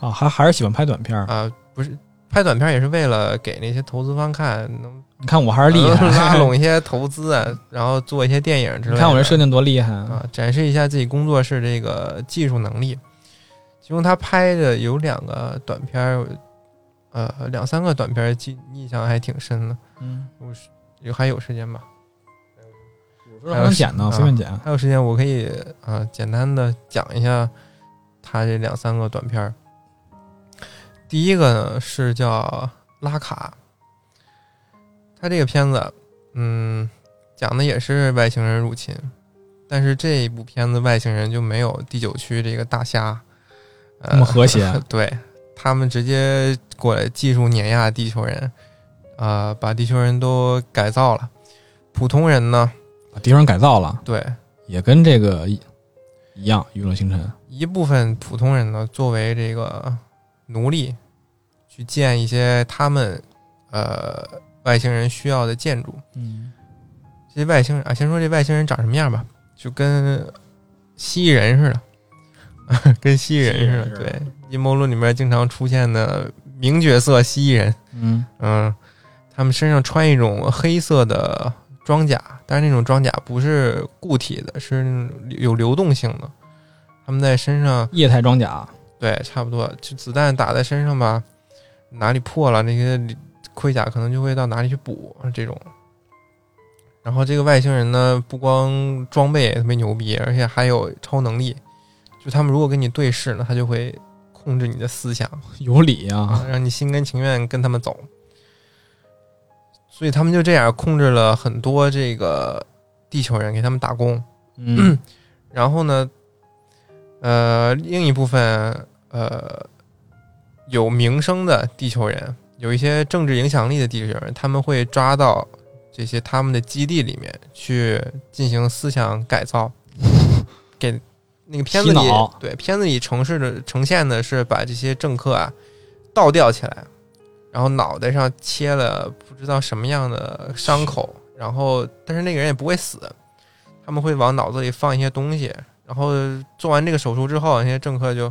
S1: 啊，还还是喜欢拍短片儿
S2: 啊，。不是拍短片也是为了给那些投资方看，能
S1: 你看我还是厉害，
S2: 拉拢一 些投资啊，然后做一些电影呃之类的。
S1: 你看我这设定多厉害啊！
S2: 啊，展示一下自己工作室这个技术能力。其中他拍的有两个短片儿，呃，两三个短片儿记印象还挺深的。
S1: 嗯，
S2: 我是有还有时间吧？
S1: 我说还能剪呢，
S2: 啊
S1: 随便剪。
S2: 还有时间我可以啊、呃简单的讲一下他这两三个短片儿。第一个呢是叫拉卡，他这个片子，嗯，讲的也是外星人入侵，但是这一部片子外星人就没有第九区这个大虾，呃，
S1: 那么和谐
S2: 对他们直接过来技术碾压地球人，啊、把地球人都改造了，普通人呢，
S1: 把地方改造了，
S2: 对，
S1: 也跟这个一一样，《娱乐星辰》
S2: 一部分普通人呢，作为这个奴隶，去建一些他们呃外星人需要的建筑。
S1: 嗯，
S2: 这些外星人啊，先说这外星人长什么样吧，就跟蜥蜴人似的， 跟蜥蜴人似
S1: 蜥蜴人似
S2: 的。
S1: 的
S2: 对，阴谋论里面经常出现的名角色蜥蜴人，
S1: 嗯，
S2: 嗯，他们身上穿一种黑色的装甲，但是那种装甲不是固体的，是那种有流动性的。他们在身上
S1: 液态装甲，
S2: 对，差不多，就子弹打在身上吧，哪里破了，那些里盔甲可能就会到哪里去补这种。然后这个外星人呢，不光装备也特别牛逼，而且还有超能力。就他们如果跟你对视呢，他就会控制你的思想，
S1: 有理啊，
S2: 让你心甘情愿跟他们走。所以他们就这样控制了很多这个地球人，给他们打工。
S1: 嗯，
S2: 然后呢，呃，另一部分呃有名声的地球人，有一些政治影响力的地球人，他们会抓到这些他们的基地里面去进行思想 改造，给那个片子里
S1: 洗脑
S2: 对片子里城市的呈现的是把这些政客啊倒吊起来，然后脑袋上切了不知道什么样的伤口，然后但是那个人也不会死，他们会往脑子里放一些东西，然后做完这个手术之后，那些政客就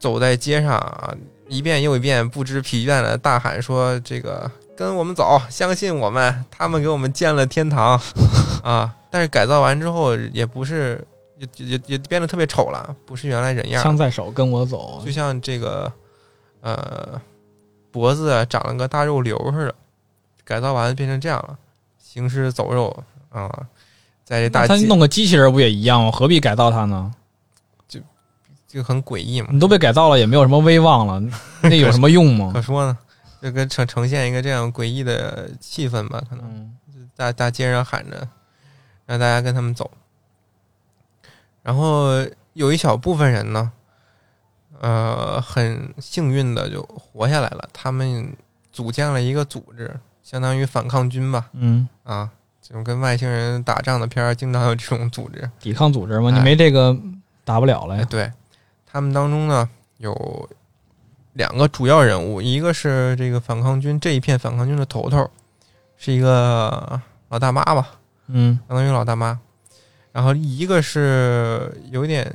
S2: 走在街上啊，一遍又一遍不知疲倦的大喊说：“这个跟我们走，相信我们，他们给我们建了天堂啊！”但是改造完之后也不是，也也也变得特别丑了，不是原来人样儿。
S1: 枪在手，跟我走
S2: 就，像这个呃脖子啊长了个大肉瘤似的，改造完变成这样了，行尸走肉啊，在这大
S1: 那他
S2: 街
S1: 弄个机器人不也一样吗？何必改造它呢？
S2: 就很诡异嘛。
S1: 你都被改造了，也没有什么威望了，那有什么用吗
S2: 可？说呢，就跟呈呈现一个这样诡异的气氛吧，可能
S1: 嗯，
S2: 大大街上喊着，让大家跟他们走。然后有一小部分人呢，呃，很幸运的就活下来了，他们组建了一个组织，相当于反抗军吧，
S1: 嗯，
S2: 啊，这种跟外星人打仗的片儿，经常有这种组织。
S1: 抵抗组织嘛，
S2: 哎
S1: 你没这个打不了了
S2: 哎，
S1: 呀。
S2: 对，他们当中呢有两个主要人物，一个是这个反抗军这一片反抗军的头头，是一个老大妈吧，
S1: 嗯，
S2: 相当于老大妈。然后一个是有点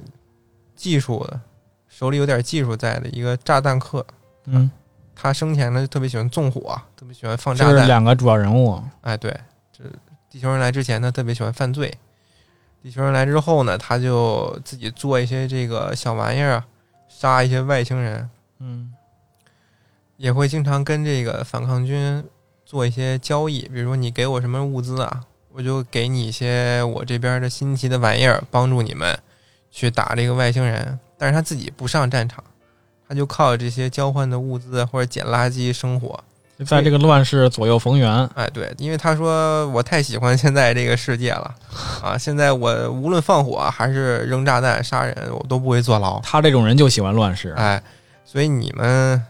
S2: 技术的，手里有点技术在的一个炸弹客，
S1: 嗯，
S2: 他生前呢就特别喜欢纵火，特别喜欢放
S1: 这
S2: 炸
S1: 是
S2: 弹。
S1: 两个主要人物。啊
S2: 哎，对，这地球人来之前呢，特别喜欢犯罪；地球人来之后呢，他就自己做一些这个小玩意儿啊，杀一些外星人，
S1: 嗯
S2: 也会经常跟这个反抗军做一些交易，比如说你给我什么物资啊，我就给你一些我这边的新奇的玩意儿，帮助你们去打这个外星人。但是他自己不上战场，他就靠这些交换的物资或者捡垃圾生活。
S1: 就在这个乱世左右逢源，
S2: 哎，对，因为他说我太喜欢现在这个世界了，啊，现在我无论放火还是扔炸弹、杀人，我都不会坐牢。
S1: 他这种人就喜欢乱世。
S2: 哎，所以你们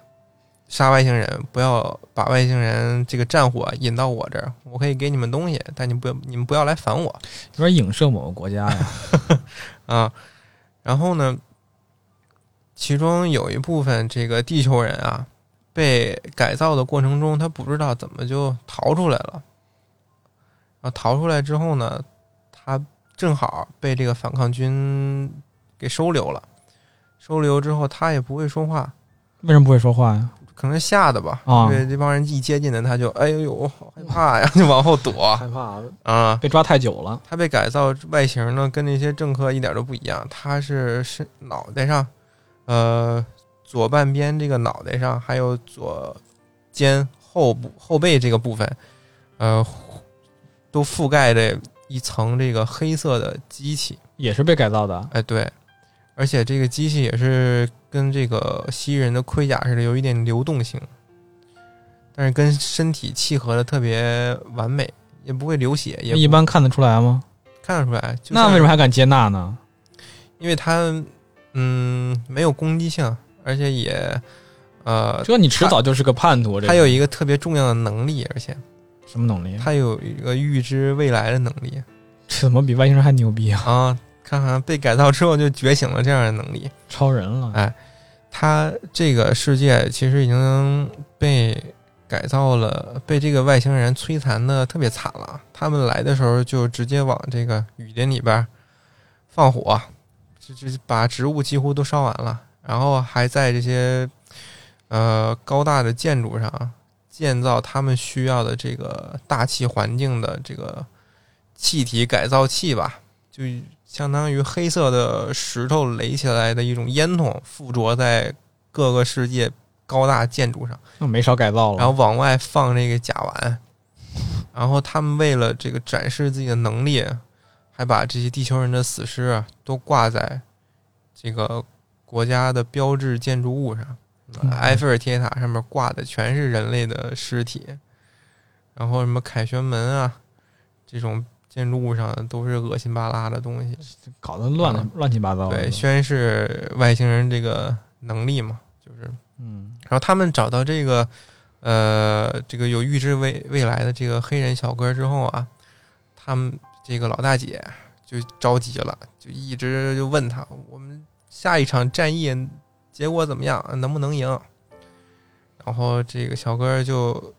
S2: 杀外星人，不要把外星人这个战火引到我这儿，我可以给你们东西，但你不要你们不要来烦我
S1: 有点影射某个国家呀。
S2: 啊。然后呢，其中有一部分这个地球人啊，被改造的过程中，他不知道怎么就逃出来了。然后逃出来之后呢，他正好被这个反抗军给收留了。收留之后，他也不会说话，
S1: 为什么不会说话呀？
S2: 可能吓的吧。
S1: 啊
S2: 对，这帮人一接近呢，他就哎呦，好害怕呀，就往后躲
S3: 害怕了
S2: 啊。
S1: 被抓太久了，
S2: 他被改造外形呢，跟那些政客一点都不一样。他是是脑袋上，呃，左半边这个脑袋上，还有左肩后部后背这个部分，呃，都覆盖着一层这个黑色的机器。
S1: 也是被改造的。
S2: 哎，对，而且这个机器也是跟这个蜥蜴人的盔甲似的，有一点流动性，但是跟身体契合的特别完美，也不会流血，也不
S1: 一般看得出来吗？
S2: 看得出来。就
S1: 那
S2: 像
S1: 为什么还敢接纳呢？
S2: 因为它嗯没有攻击性，而且也呃，
S1: 这你迟早就是个嗯叛徒。这
S2: 它有一个特别重要的能力，而且
S1: 什么能力？
S2: 它有一个预知未来的能力
S1: 这怎么比外星人还牛逼啊？
S2: 啊。看看被改造之后就觉醒了这样的能力，
S1: 超人了！
S2: 哎它这个世界其实已经被改造了，被这个外星人摧残的特别惨了。他们来的时候就直接往这个雨林里边儿放火，这这把植物几乎都烧完了，然后还在这些呃高大的建筑上建造他们需要的这个大气环境的这个气体改造器吧，就相当于黑色的石头垒起来的一种烟筒，附着在各个世界高大建筑上。
S1: 那没少改造了。
S2: 然后往外放这个甲烷，然后他们为了这个展示自己的能力，还把这些地球人的死尸啊都挂在这个国家的标志建筑物上，
S1: 嗯
S2: 埃菲尔铁塔上面挂的全是人类的尸体，然后什么凯旋门啊这种建筑物上都是恶心巴拉的东西，
S1: 搞得乱
S2: 嗯
S1: 乱七八糟的。
S2: 对，宣示外星人这个能力嘛，就是
S1: 嗯，
S2: 然后他们找到这个，呃，这个有预知未未来的这个黑人小哥之后啊，他们这个老大姐就着急了，就一直就问他，我们下一场战役结果怎么样，能不能赢？然后这个小哥就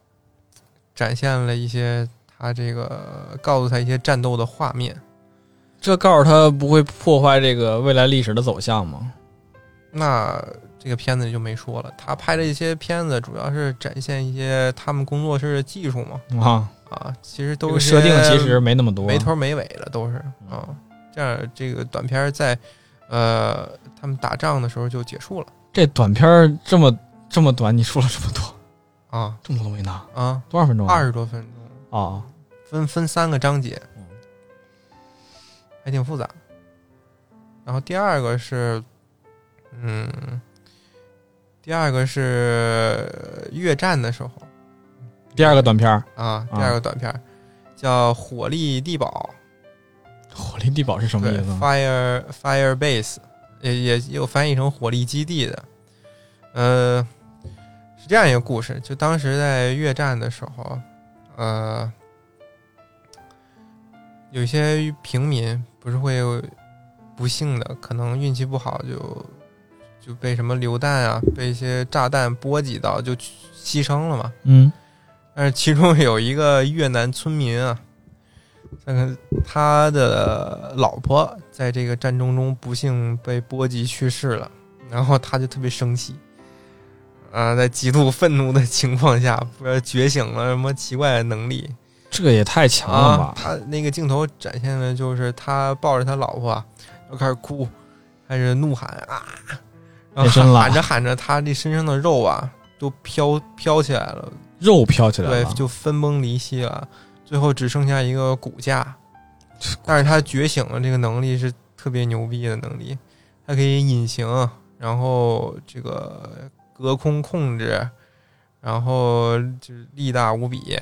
S2: 展现了一些他这个告诉他一些战斗的画面，
S1: 这告诉他不会破坏这个未来历史的走向吗？
S2: 那这个片子就没说了。他拍的一些片子主要是展现一些他们工作室的技术嘛。
S1: 啊，
S2: 啊，其
S1: 这
S2: 实都
S1: 个
S2: 是
S1: 设定其
S2: 些
S1: 实没那么多。
S2: 没头没尾的，都是啊。这样这个短片在呃他们打仗的时候就结束了
S1: 这短片儿这么这么短，你说了这么多，
S2: 啊
S1: 这么多东西呢？
S2: 啊，
S1: 多少分钟啊？
S2: 二十多分钟，
S1: 哦，
S2: 分分三个章节
S1: 嗯，
S2: 还挺复杂。然后第二个是，嗯，第二个是越战的时候
S1: 第二个短片儿
S2: 啊，
S1: 啊
S2: 第二个短片、叫《火力地堡》。
S1: 《火力地堡》是什么意
S2: 对
S1: 思啊？
S2: ？Fire Fire Base 也也也有翻译成火力基地的。呃，是这样一个故事，就当时在越战的时候，呃，有些平民不是会有不幸的，可能运气不好就就被什么流弹啊，被一些炸弹波及到，就牺牲了嘛。
S1: 嗯，
S2: 但是其中有一个越南村民啊，这个他的老婆在这个战争中不幸被波及去世了，然后他就特别生气，啊，在极度愤怒的情况下，不知道觉醒了什么奇怪的能力
S1: 这个也太强了
S2: 啊
S1: 吧！！
S2: 他那个镜头展现的就是他抱着他老婆啊，就开始哭，开始怒喊啊，然
S1: 变身
S2: 后
S1: 了
S2: 喊着喊着，他这身上的肉啊都飘飘起来了。
S1: 肉飘起来
S2: 对
S1: 了，，
S2: 就分崩离析了，最后只剩下一个骨架。但是他觉醒了，这个能力是特别牛逼的能力，它可以隐形，然后这个隔空控制，然后就是力大无比，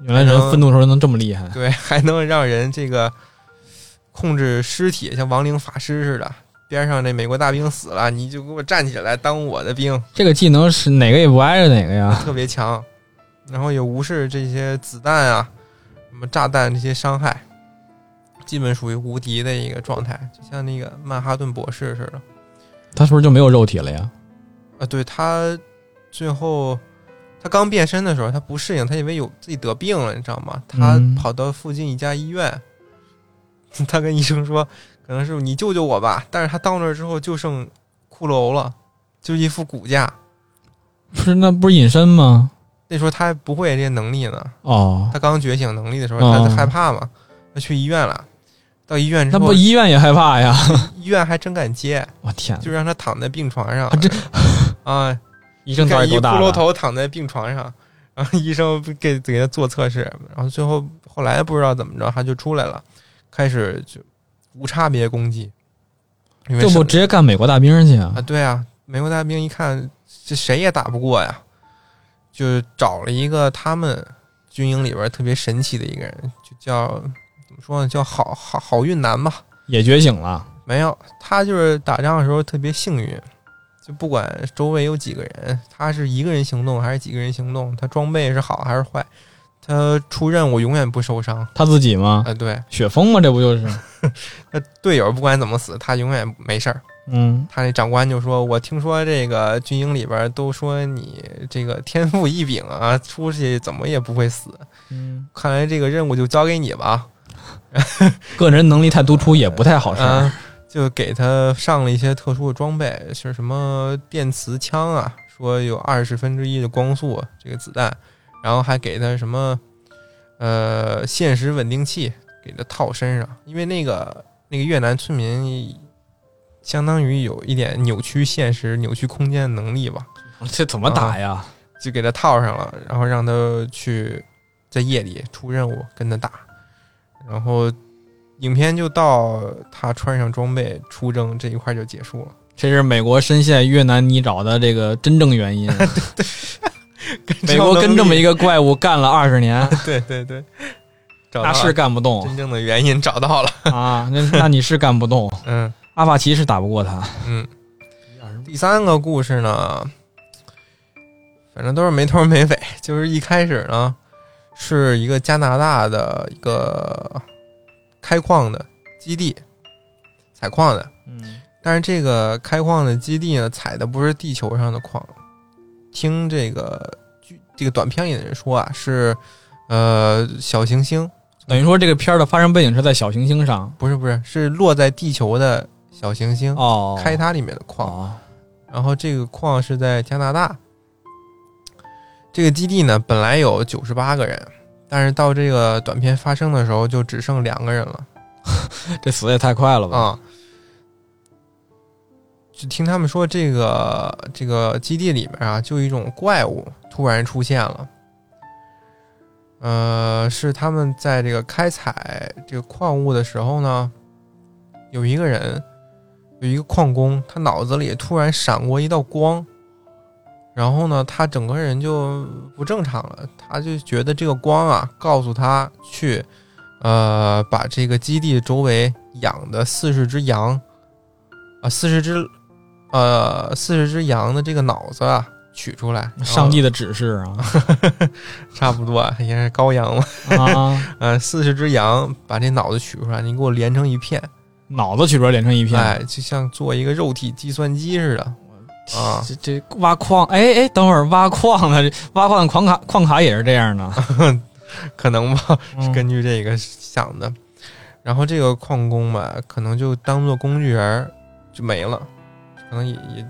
S1: 原来人愤怒的时候能这么厉害。
S2: 对，还能让人这个控制尸体，像亡灵法师似的。边上那美国大兵死了，你就给我站起来当我的兵，
S1: 这个技能是哪个也不挨着哪个呀？
S2: 特别强，然后也无视这些子弹啊、什么炸弹这些伤害，基本属于无敌的一个状态，就像那个曼哈顿博士似的。
S1: 他是不是就没有肉体了呀？
S2: 啊，对他最后他刚变身的时候，他不适应，他以为有自己得病了，你知道吗？他
S1: 嗯
S2: 跑到附近一家医院， 他跟医生说，可能是你救救我吧。但是他到那儿之后就剩骷髅了，就一副骨架。
S1: 不是，那不是隐身吗？
S2: 那时候他还不会这些能力呢，
S1: 哦，
S2: 他刚觉醒能力的时候，
S1: 哦
S2: 他害怕嘛，他去医院了。到医院之
S1: 那
S2: 后
S1: 不，医院也害怕呀！
S2: 医院还真敢接，
S1: 我天哪，
S2: 就让他躺在病床上
S1: 啊这
S2: 啊，
S1: 医生到
S2: 看
S1: 底多
S2: 一骷
S1: 大
S2: 髅
S1: 了？
S2: 头躺在病床上， 然后医生给给他做测试，然后最后后来不知道怎么着，他就出来了，开始就无差别攻击，因为
S1: 这不
S2: 是
S1: 直接干美国大兵去啊
S2: 啊，？对啊，美国大兵一看这谁也打不过呀，就找了一个他们军营里边特别神奇的一个人，就叫怎么说呢，叫好好好运男吧，
S1: 也觉醒了，
S2: 没有，他就是打仗的时候特别幸运，就不管周围有几个人，他是一个人行动还是几个人行动，他装备是好还是坏，他出任务永远不受伤。
S1: 他自己
S2: 啊、
S1: 吗？
S2: 对，
S1: 雪峰吗？这不就是？
S2: 他队友不管怎么死，他永远没事儿。
S1: 嗯，
S2: 他那长官就说：“我听说这个军营里边都说你这个天赋异禀啊，出去怎么也不会死。
S1: 嗯
S2: 看来这个任务就交给你吧。
S1: 个人能力太突出也不太好事儿。
S2: 啊就给他上了一些特殊的装备，是什么电磁枪啊，说有二十分之一的光速这个子弹，然后还给他什么呃现实稳定器给他套身上，因为那个那个越南村民相当于有一点扭曲现实、扭曲空间的能力吧，
S1: 这怎么打呀？
S2: 就给他套上了，然后让他去在夜里出任务跟他打，然后影片就到他穿上装备出征这一块就结束 了。
S1: 这是美国深陷越南泥沼的这个真正 原因。美国跟这么一
S2: 个，
S1: 个怪物干了二十 年，
S2: 对对对，找到
S1: 那
S2: 了
S1: 是干不动
S2: 真正的原因找到了，
S1: 啊！那那你是干不动，
S2: 嗯
S1: 阿帕奇是打不过他。
S2: 嗯。第三个故事呢，反正都是没头没尾，就是一开始呢是一个加拿大的一个开矿的基地，采矿的，
S1: 嗯，
S2: 但是这个开矿的基地呢，采的不是地球上的矿，听这个剧这个短片里的人说啊，是呃小行星，
S1: 等于说这个片儿的发生背景是在小行星上
S2: 不是不是，是落在地球的小行星，
S1: 哦，
S2: 开它里面的矿。
S1: 哦，
S2: 然后这个矿是在加拿大，这个基地呢本来有九十八个人，但是到这个短片发生的时候就只剩两个人了。
S1: 这死的也太快了吧？
S2: 啊。就听他们说，这个这个基地里面啊，就有一种怪物突然出现了。呃，是他们在这个开采这个矿物的时候呢，有一个人，有一个矿工，他脑子里突然闪过一道光，然后呢，他整个人就不正常了，他就觉得这个光啊，告诉他去呃，把这个基地周围养的四十只羊，啊，四十只，呃，四十只羊的这个脑子啊，取出来。
S1: 上帝的指示啊
S2: 差不多啊也是羔羊嘛，
S1: 啊！
S2: 呃，四十只羊把这脑子取出来，你给我连成一片，
S1: 脑子取出来连成一片，
S2: 哎，就像做一个肉体计算机似的。啊，
S1: 这这挖矿，哎哎，等会儿挖矿的挖矿的矿卡矿卡也是这样的，
S2: 啊可能吧，
S1: 嗯
S2: 根据这个想的。然后这个矿工吧，可能就当做工具人儿就没了，可能也也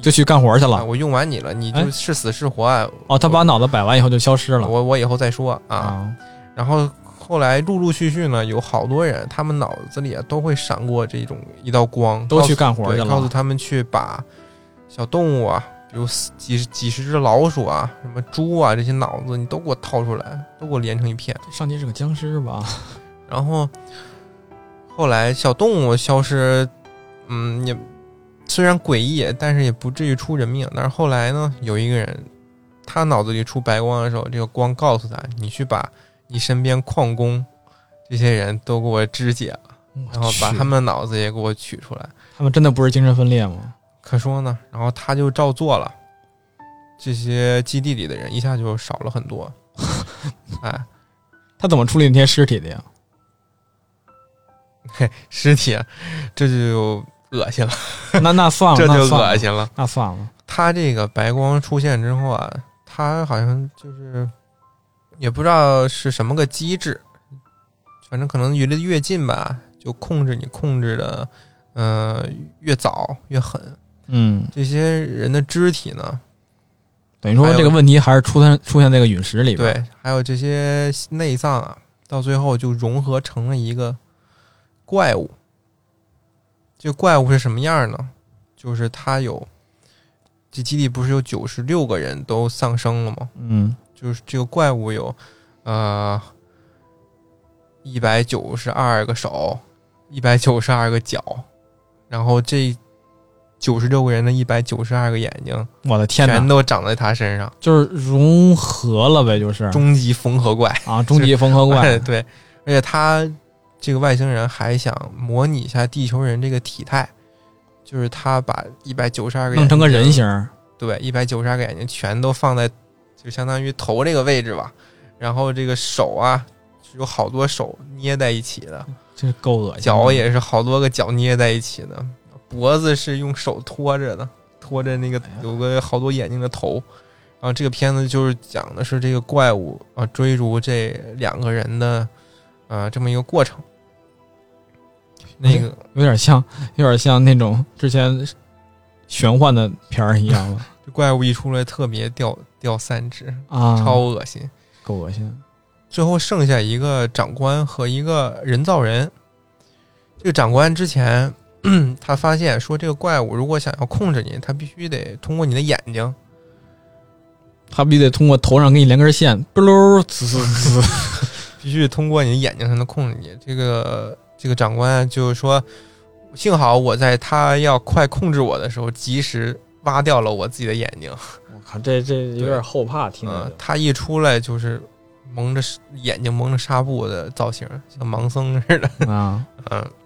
S1: 就去干活去
S2: 啊
S1: 了。
S2: 我用完你了，你
S1: 哎
S2: 就是死是活啊？
S1: 哦，他把脑子摆完以后就消失了
S2: 我我以后再说啊。
S1: 啊！
S2: 然后后来陆陆续续呢，有好多人，他们脑子里啊都会闪过这种一道光，
S1: 都去
S2: 告
S1: 干
S2: 诉
S1: 活去
S2: 对告诉
S1: 了。
S2: 他们去把小动物啊，比如死几十几十只老鼠啊、什么猪啊这些脑子，你都给我掏出来，都给我连成一片。
S1: 上帝是个僵尸吧？
S2: 然后后来小动物消失，嗯，也虽然诡异，但是也不至于出人命。但是后来呢，有一个人，他脑子里出白光的时候，这个光告诉他，你去把你身边矿工这些人都给我肢解了，然后把
S1: 嗯去
S2: 他们的脑子也给我取出来。
S1: 他们真的不是精神分裂吗？
S2: 可说呢，然后他就照做了，这些基地里的人一下就少了很多。哎，
S1: 他怎么处理那些尸体的呀？
S2: 尸体，这就恶心了，
S1: 那哦那算了，
S2: 这
S1: 那
S2: 就
S1: 算
S2: 恶
S1: 了，
S2: 心了。
S1: 那算了，
S2: 他这个白光出现之后啊，他好像就是也不知道是什么个机制，反正可能离得越近吧，就控制你控制的，呃，越早越狠。
S1: 嗯，
S2: 这些人的肢体呢，
S1: 等于说
S2: 还有
S1: 这个问题还是出现出现在这个陨石里边，
S2: 对，还有这些内脏啊，到最后就融合成了一个怪物。这怪物是什么样呢？就是他有这基地不是有九十六个人都丧生了吗？
S1: 嗯
S2: 就是这个怪物有，呃，一百九十二个手，一百九十二个脚，然后这九十六个人的一百九十二个眼睛
S1: 我的天
S2: 全
S1: 哪，
S2: 都长在他身上，
S1: 就是融合了呗，就是
S2: 终极缝合怪。
S1: 啊，终 极缝合怪，
S2: 对，而且他这个外星人还想模拟一下地球人这个体态，就是他把一百九十二个
S1: 弄成个
S2: 眼睛
S1: 人形儿，
S2: 对，一百九十二个眼睛全都放在就相当于头这个位置吧，然后这个手啊有好多手捏在一起的，
S1: 这够恶心的，
S2: 脚也是好多个脚捏在一起的，脖子是用手托着的，托着那个有个好多眼睛的头。然后这个片子就是讲的是这个怪物啊追逐这两个人的啊这么一个过程。那个
S1: 有点像，有点像那种之前玄幻的片儿一样 了
S2: 这怪物一出来特别掉掉三只，
S1: 啊，
S2: 超恶心。
S1: 够恶心，
S2: 最后剩下一个长官和一个人造人。这个长官之前 他发现说，这个怪物如果想要控制你，他必须得通过你的眼睛。
S1: 他必须得通过头上给你连根线，不溜儿，滋滋滋，
S2: 必须通过你的眼睛才能控制你。这个这个长官就是说，幸好我在他要快控制我的时候，及时挖掉了我自己的眼睛。
S1: 我靠，这这有点后怕，听
S2: 嗯、
S1: 着就
S2: 他一出来就是蒙着眼睛蒙着纱布的造型，像盲僧似的。
S1: 啊，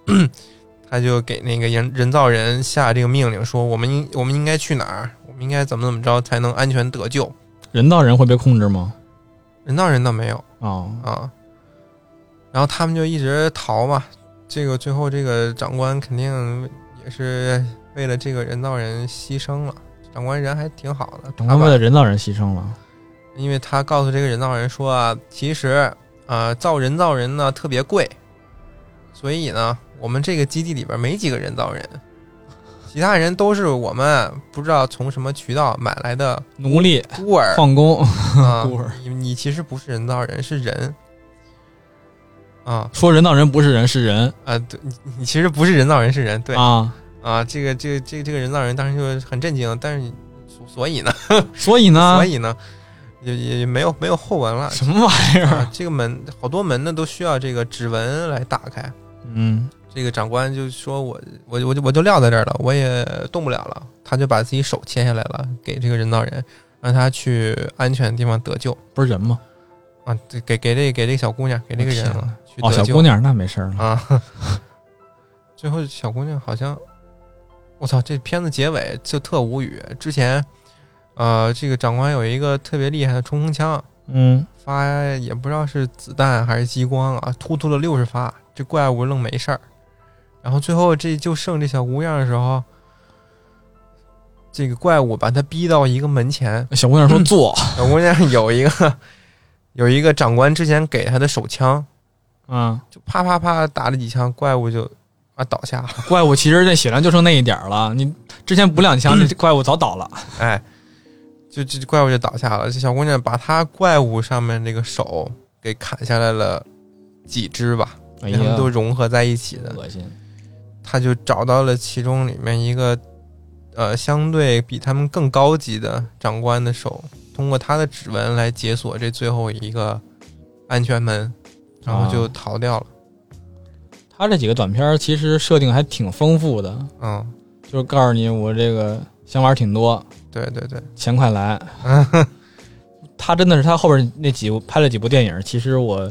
S2: 嗯， 他就给那个人人造人下这个命令，说我们应我们应该去哪儿，我们应该怎么怎么着才能安全得救。
S1: 人造人会被控制吗？
S2: 人造人倒没有，
S1: 哦，
S2: 啊。然后他们就一直逃嘛，这个最后这个长官肯定也是为了这个人造人牺牲了。长官人还挺好的，
S1: 长官
S2: 他
S1: 为
S2: 把
S1: 了人造人牺牲了，
S2: 因为他告诉这个人造人说啊，其实呃造人造人呢特别贵，所以呢我们这个基地里边没几个人造人，其他人都是我们不知道从什么渠道买来的
S1: 奴隶
S2: 孤 儿，
S1: 矿工
S2: 啊
S1: 孤儿，
S2: 你你其实不是人造人，是人啊。
S1: 说人造人不是人是人
S2: 啊，对你你其实不是人造人，是人，对啊
S1: 啊，
S2: 这个这个这个这个人造人当时就很震惊，但是你所所以呢，
S1: 所以呢
S2: 所，以呢，也也也没有没有后文了。
S1: 什么玩意儿
S2: 啊？， 这个门好多门呢都需要这个指纹来打开。
S1: 嗯，
S2: 这个长官就说我我我就我就撂在这儿了，我也动不了了。他就把自己手切下来了，给这个人造人，让他去安全的地方得救
S1: 不是人吗？
S2: 啊，这给给这给这个小姑娘，给这个人
S1: 我天
S2: 了，去
S1: 哦，
S2: 得
S1: 小
S2: 救
S1: 姑。娘那没事儿了，
S2: 啊。 最后小姑娘好像，我操，这片子结尾就特无语。之前，呃，这个长官有一个特别厉害的冲锋枪，
S1: 嗯，
S2: 发也不知道是子弹还是激光啊，突突了六十发，这怪物愣没事儿。然后最后这就剩这小姑娘的时候，这个怪物把她逼到一个门前，
S1: 小姑 娘说坐
S2: 小姑娘有一个有一个长官之前给她的手枪，
S1: 啊，
S2: 就啪啪啪打了几枪，怪物就啊倒下了。
S1: 怪物其实这血量就剩那一点儿了，你之前补两枪，这怪物早倒了，
S2: 哎，就这怪物就倒下了。这小姑娘把她怪物上面这个手给砍下来了几只吧，
S1: 哎
S2: 因为它
S1: 呀
S2: 们，都融合在一起的。
S1: 恶心。
S2: 她就找到了其中里面一个呃相对比他们更高级的长官的手，通过他的指纹来解锁这最后一个安全门，然后
S1: 啊
S2: 就逃掉了。
S1: 他这几个短片儿其实设定还挺丰富的，
S2: 嗯，
S1: 就是告诉你我这个想法儿挺多，
S2: 对对对，
S1: 钱快来。他真的是他后边那几部拍了几部电影，其实我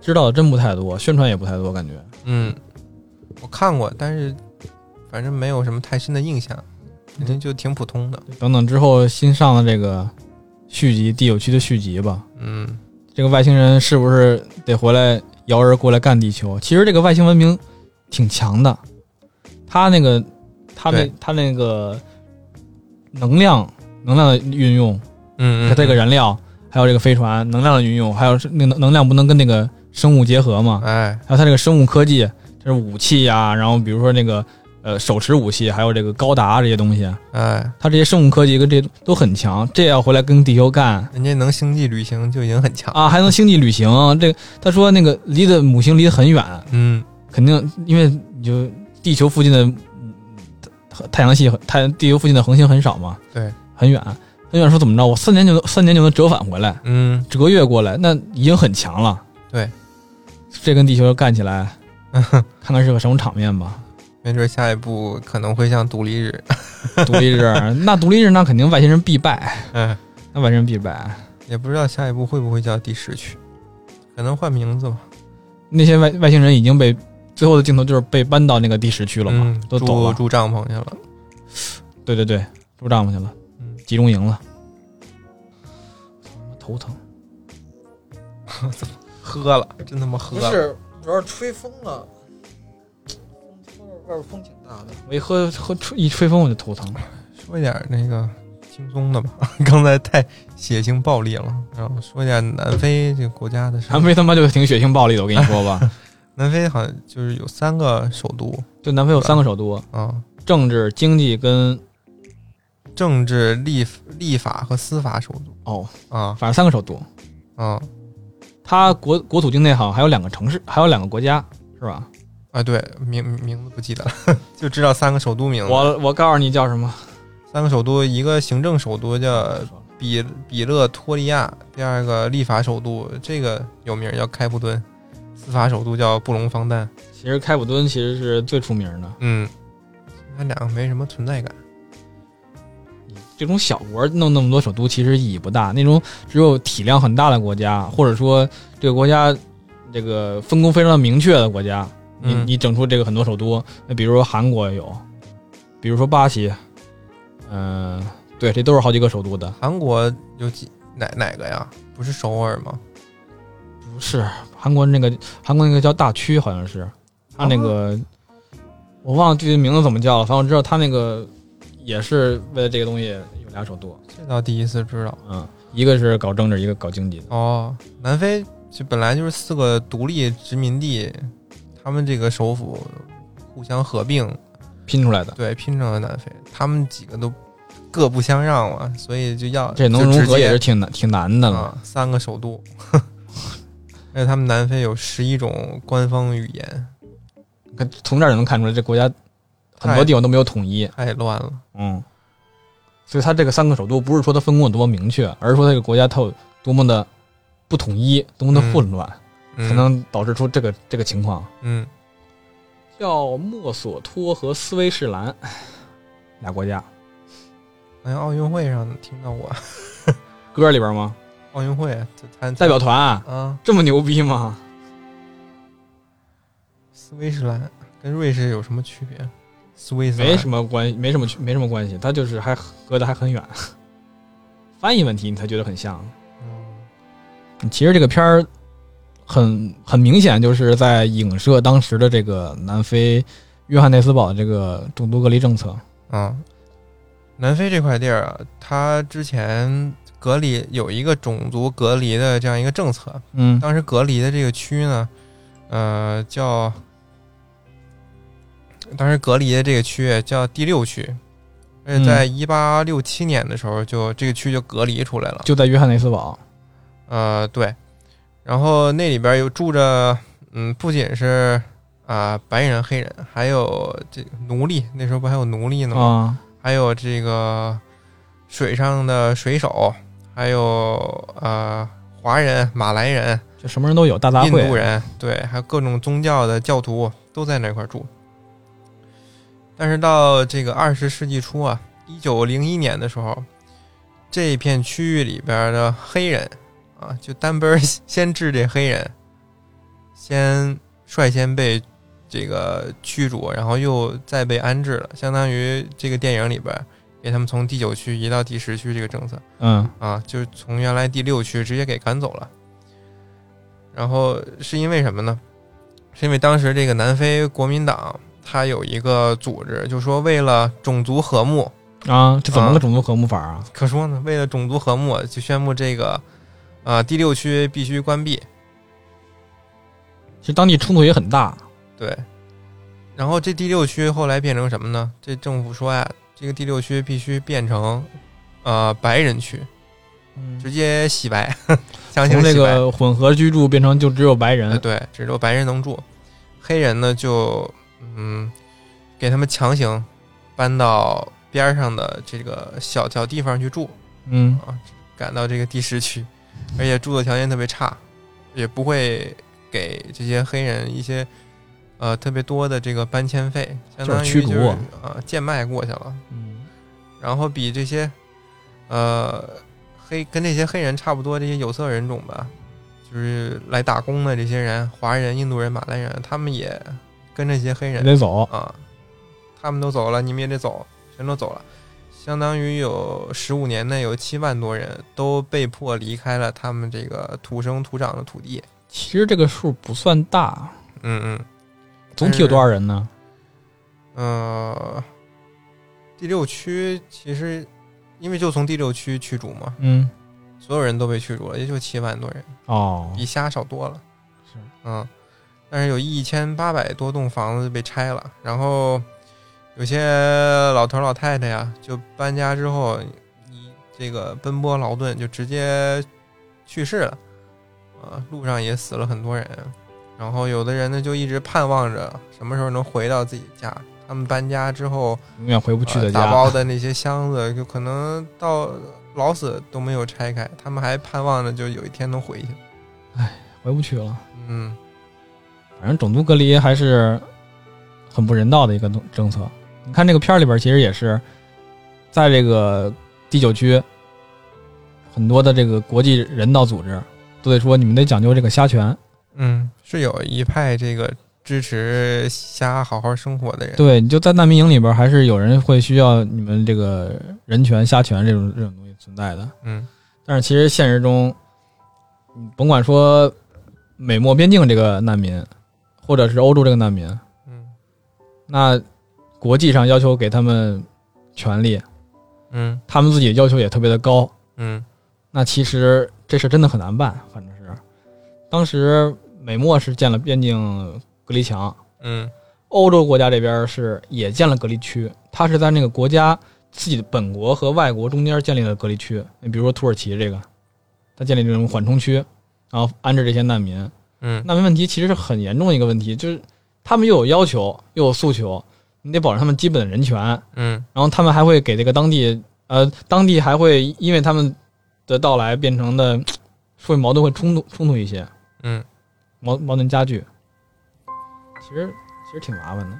S1: 知道的真不太多，宣传也不太多，感觉
S2: 嗯，我看过，但是反正没有什么太深的印象，
S1: 嗯
S2: 肯定就挺普通的。
S1: 等等之后新上的这个续集《第九区》的续集吧，
S2: 嗯，
S1: 这个外星人是不是得回来摇人过来干地球？其实这个外星文明挺强的，他那个它那它那个能量能量的运用，
S2: 嗯，
S1: 它这个燃料，还有这个飞船能量的运用，还有是那个能量不能跟那个生物结合嘛？
S2: 哎，
S1: 还有它这个生物科技，这是武器呀、然后比如说那个呃手持武器，还有这个高达这些东西，啊
S2: 哎，
S1: 它这些生物科技跟这都很强，这要回来跟地球干
S2: 人家能星际旅行就已经很强，
S1: 啊，还能星际旅行。这个他说那个离的母星离得很远，
S2: 嗯，
S1: 肯定因为你就地球附近的嗯太太阳系很太地球附近的恒星很少嘛，
S2: 对，
S1: 很远很远说怎么着，我三年就能三年就能折返回来，
S2: 嗯，
S1: 折越过来，那已经很强了。
S2: 对，
S1: 这跟地球干起 来，看看是个什么场面吧。
S2: 没准下一步可能会像独立日，
S1: 独立日， 那独立日那肯定外星人必败，
S2: 嗯，
S1: 那外星人必败。
S2: 也不知道下一步会不会叫第十区，可能换名字吧，
S1: 那些外外星人已经被最后的镜头就是被搬到那个第十区了嘛，
S2: 嗯，
S1: 都走
S2: 住
S1: 了。
S2: 住帐篷去了，
S1: 对对对，住帐篷去了，
S2: 嗯，
S1: 集中营了。他妈头疼，
S2: 喝了，真他妈喝了，
S1: 是，主要是吹风了。外边风挺大的，我一喝喝吹一吹风我就头疼。
S2: 说一点那个轻松的吧， 刚才太血腥暴力了，然后说一点南非这个国家的事。
S1: 南非他妈就挺血腥暴力的，我跟你说 吧，
S2: 南非好像就是有三个首都
S1: 就南非有三个首都，
S2: 啊，
S1: 政治、经济跟
S2: 政治、立立法和司法首都
S1: 哦，
S2: 啊
S1: 反正三个首都。
S2: 啊
S1: 它国国土境内好像还有两个城市，还有两个国家，是吧？
S2: 啊！对，名名字不记得了， 就知道三个首都名字。
S1: 我我告诉你叫什么？
S2: 三个首都，一个行政首都叫比比勒托利亚，第二个立法首都这个有名叫开普敦，司法首都叫布隆方丹。
S1: 其实开普敦其实是最出名的，
S2: 嗯，其他两个没什么存在感。
S1: 这种小国弄那么多首都其实意义不大。那种只有体量很大的国家，或者说这个国家这个分工非常的明确的国家，你
S2: 嗯
S1: 你整出这个很多首都，那比如说韩国也有，比如说巴西，嗯、对，这都是好几个首都的。
S2: 韩国有几哪哪个呀？不是首尔吗？
S1: 不是韩国那个韩国那个叫大区，好像是他那个、我忘了具体名字怎么叫了，反正我知道他那个也是为了这个东西有俩首都，
S2: 这倒第一次知道
S1: 嗯，一个是搞政治，一个搞经济的。
S2: 哦。南非就本来就是四个独立殖民地，他们这个首府互相合并，
S1: 拼出来的，
S2: 对，拼成了南非。他们几个都各不相让了，所以就要
S1: 这能
S2: 就直
S1: 融合也
S2: 接
S1: 是挺难挺难的了。
S2: 啊，三个首都。 而且他们南非有十一种官方语言，
S1: 看从这儿就能看出来，这国家很
S2: 太
S1: 多地方都没有统一，
S2: 太乱了。
S1: 嗯，所以它这个三个首都不是说它分工有多么明确，而是说这个国家它有多么的不统一，多么的混乱，
S2: 嗯、
S1: 才能导致出这个这个情况。
S2: 嗯，
S1: 叫墨索托和斯威士兰俩国家，
S2: 好嗯哎像奥运会上听到过，
S1: 歌里边吗？
S2: 奥运会就他
S1: 代表团
S2: 啊，
S1: 这么牛逼吗？
S2: 斯威士兰跟瑞士有什么区别？斯威斯兰
S1: 没什么关系，没什么区，没什么关系，它就是还隔得还很远。 翻译问题你才觉得很像。
S2: 嗯
S1: 其实这个片儿很很明显就是在影射当时的这个南非约翰内斯堡的这个种族隔离政策。
S2: 啊，南非这块地儿啊，它之前隔离有一个种族隔离的这样一个政策，
S1: 嗯
S2: 当时隔离的这个区呢，呃，叫当时隔离的这个区叫第六区，而且在一八六七年的时候就，这个区就隔离出来了。
S1: 就在约翰内斯堡，
S2: 呃，对，然后那里边有住着，嗯，不仅是啊、白人、黑人，还有这奴隶，那时候不还有奴隶呢吗？
S1: 啊，
S2: 还有这个水上的水手，还有呃华人、马来人、
S1: 就什么人都有，大杂
S2: 印
S1: 烩。
S2: 度人，对，还有各种宗教的教徒都在那块儿住。但是到这个二十世纪初啊，一九零一年的时候，这片区域里边的黑人啊，就单边儿先治这黑人，先率先被这个驱逐，然后又再被安置了，相当于这个电影里边儿给他们从第九区移到第十区这个政策。
S1: 嗯
S2: 啊，就是从原来第六区直接给赶走了。然后是因为什么呢？是因为当时这个南非国民党他有一个组织，就说为了种族和睦，
S1: 啊，这怎么
S2: 啊
S1: 个种族和睦法啊？
S2: 可说呢，为了种族和睦，就宣布这个，呃，第六区必须关闭。
S1: 其实当地冲突也很大，
S2: 对，然后这第六区后来变成什么呢？这政府说呀，这个第六区必须变成，呃，白人区，
S1: 嗯
S2: 直接洗白， 强行
S1: 从这
S2: 洗白。
S1: 个混合居住变成就只有白
S2: 呃，
S1: 人，
S2: 对，只有白人能住，黑人呢就嗯，给他们强行搬到边儿上的这个小小地方去住
S1: 嗯
S2: 啊，赶到这个第十区，而且住的条件特别差，也不会给这些黑人一些呃特别多的这个搬迁费，相
S1: 就是
S2: 当于
S1: 驱
S2: 就
S1: 逐
S2: 是
S1: 啊
S2: 啊贱卖过去了，
S1: 嗯
S2: 然后比这些呃黑跟这些黑人差不多，这些有色人种吧，就是来打工的这些人，华人、印度人、马来人，他们也跟这些黑
S1: 也
S2: 人
S1: 得走，
S2: 啊，他们都走了，你们也得走，全都走了，相当于有十五年内有七万多人都被迫离开了他们这个土生土长的土地。
S1: 其实这个数不算大，
S2: 嗯嗯，
S1: 总体有多少人呢？
S2: 呃，第六区其实因为就从第六区驱逐嘛，
S1: 嗯，
S2: 所有人都被驱逐了，也就七万多人。
S1: 哦，
S2: 比虾少多了。
S1: 是，
S2: 嗯，但是有一千八百多栋房子被拆了，然后有些老头儿老太太呀，就搬家之后，你这个奔波劳顿就直接去世了，啊，路上也死了很多人。然后有的人呢，就一直盼望着什么时候能回到自己家。他们搬家之后，
S1: 永远回不去的
S2: 呃打
S1: 家，
S2: 包的那些箱子，就可能到老死都没有拆开。他们还盼望着，就有一天能回去。
S1: 回不去了。
S2: 嗯，
S1: 反正种族隔离还是很不人道的一个东政策。你看这个片儿里边，其实也是在这个第九区，很多的这个国际人道组织都得说，你们得讲究这个虾权。
S2: 嗯，是有一派这个支持虾好好生活的人。
S1: 对，你就在难民营里边，还是有人会需要你们这个人权、虾权这种这种东西存在的。
S2: 嗯
S1: 但是其实现实中，你甭管说美墨边境这个难民，或者是欧洲这个难民，
S2: 嗯
S1: 那国际上要求给他们权利，
S2: 嗯
S1: 他们自己要求也特别的高。
S2: 嗯
S1: 那其实这事真的很难办，反正是当时美墨是建了边境隔离墙，
S2: 嗯
S1: 欧洲国家这边是也建了隔离区，它是在那个国家自己的本国和外国中间建立了隔离区。你比如说土耳其这个，它建立这种缓冲区，然后安置这些难民。
S2: 嗯
S1: 难民问题其实是很严重的一个问题，就是他们又有要求又有诉求，你得保证他们基本的人权，然
S2: 嗯
S1: 后他们还会给这个当地呃当地还会因为他们的到来变成的社会矛盾会冲突冲突一些，
S2: 嗯，
S1: 矛矛盾加剧，其实其实挺麻烦的。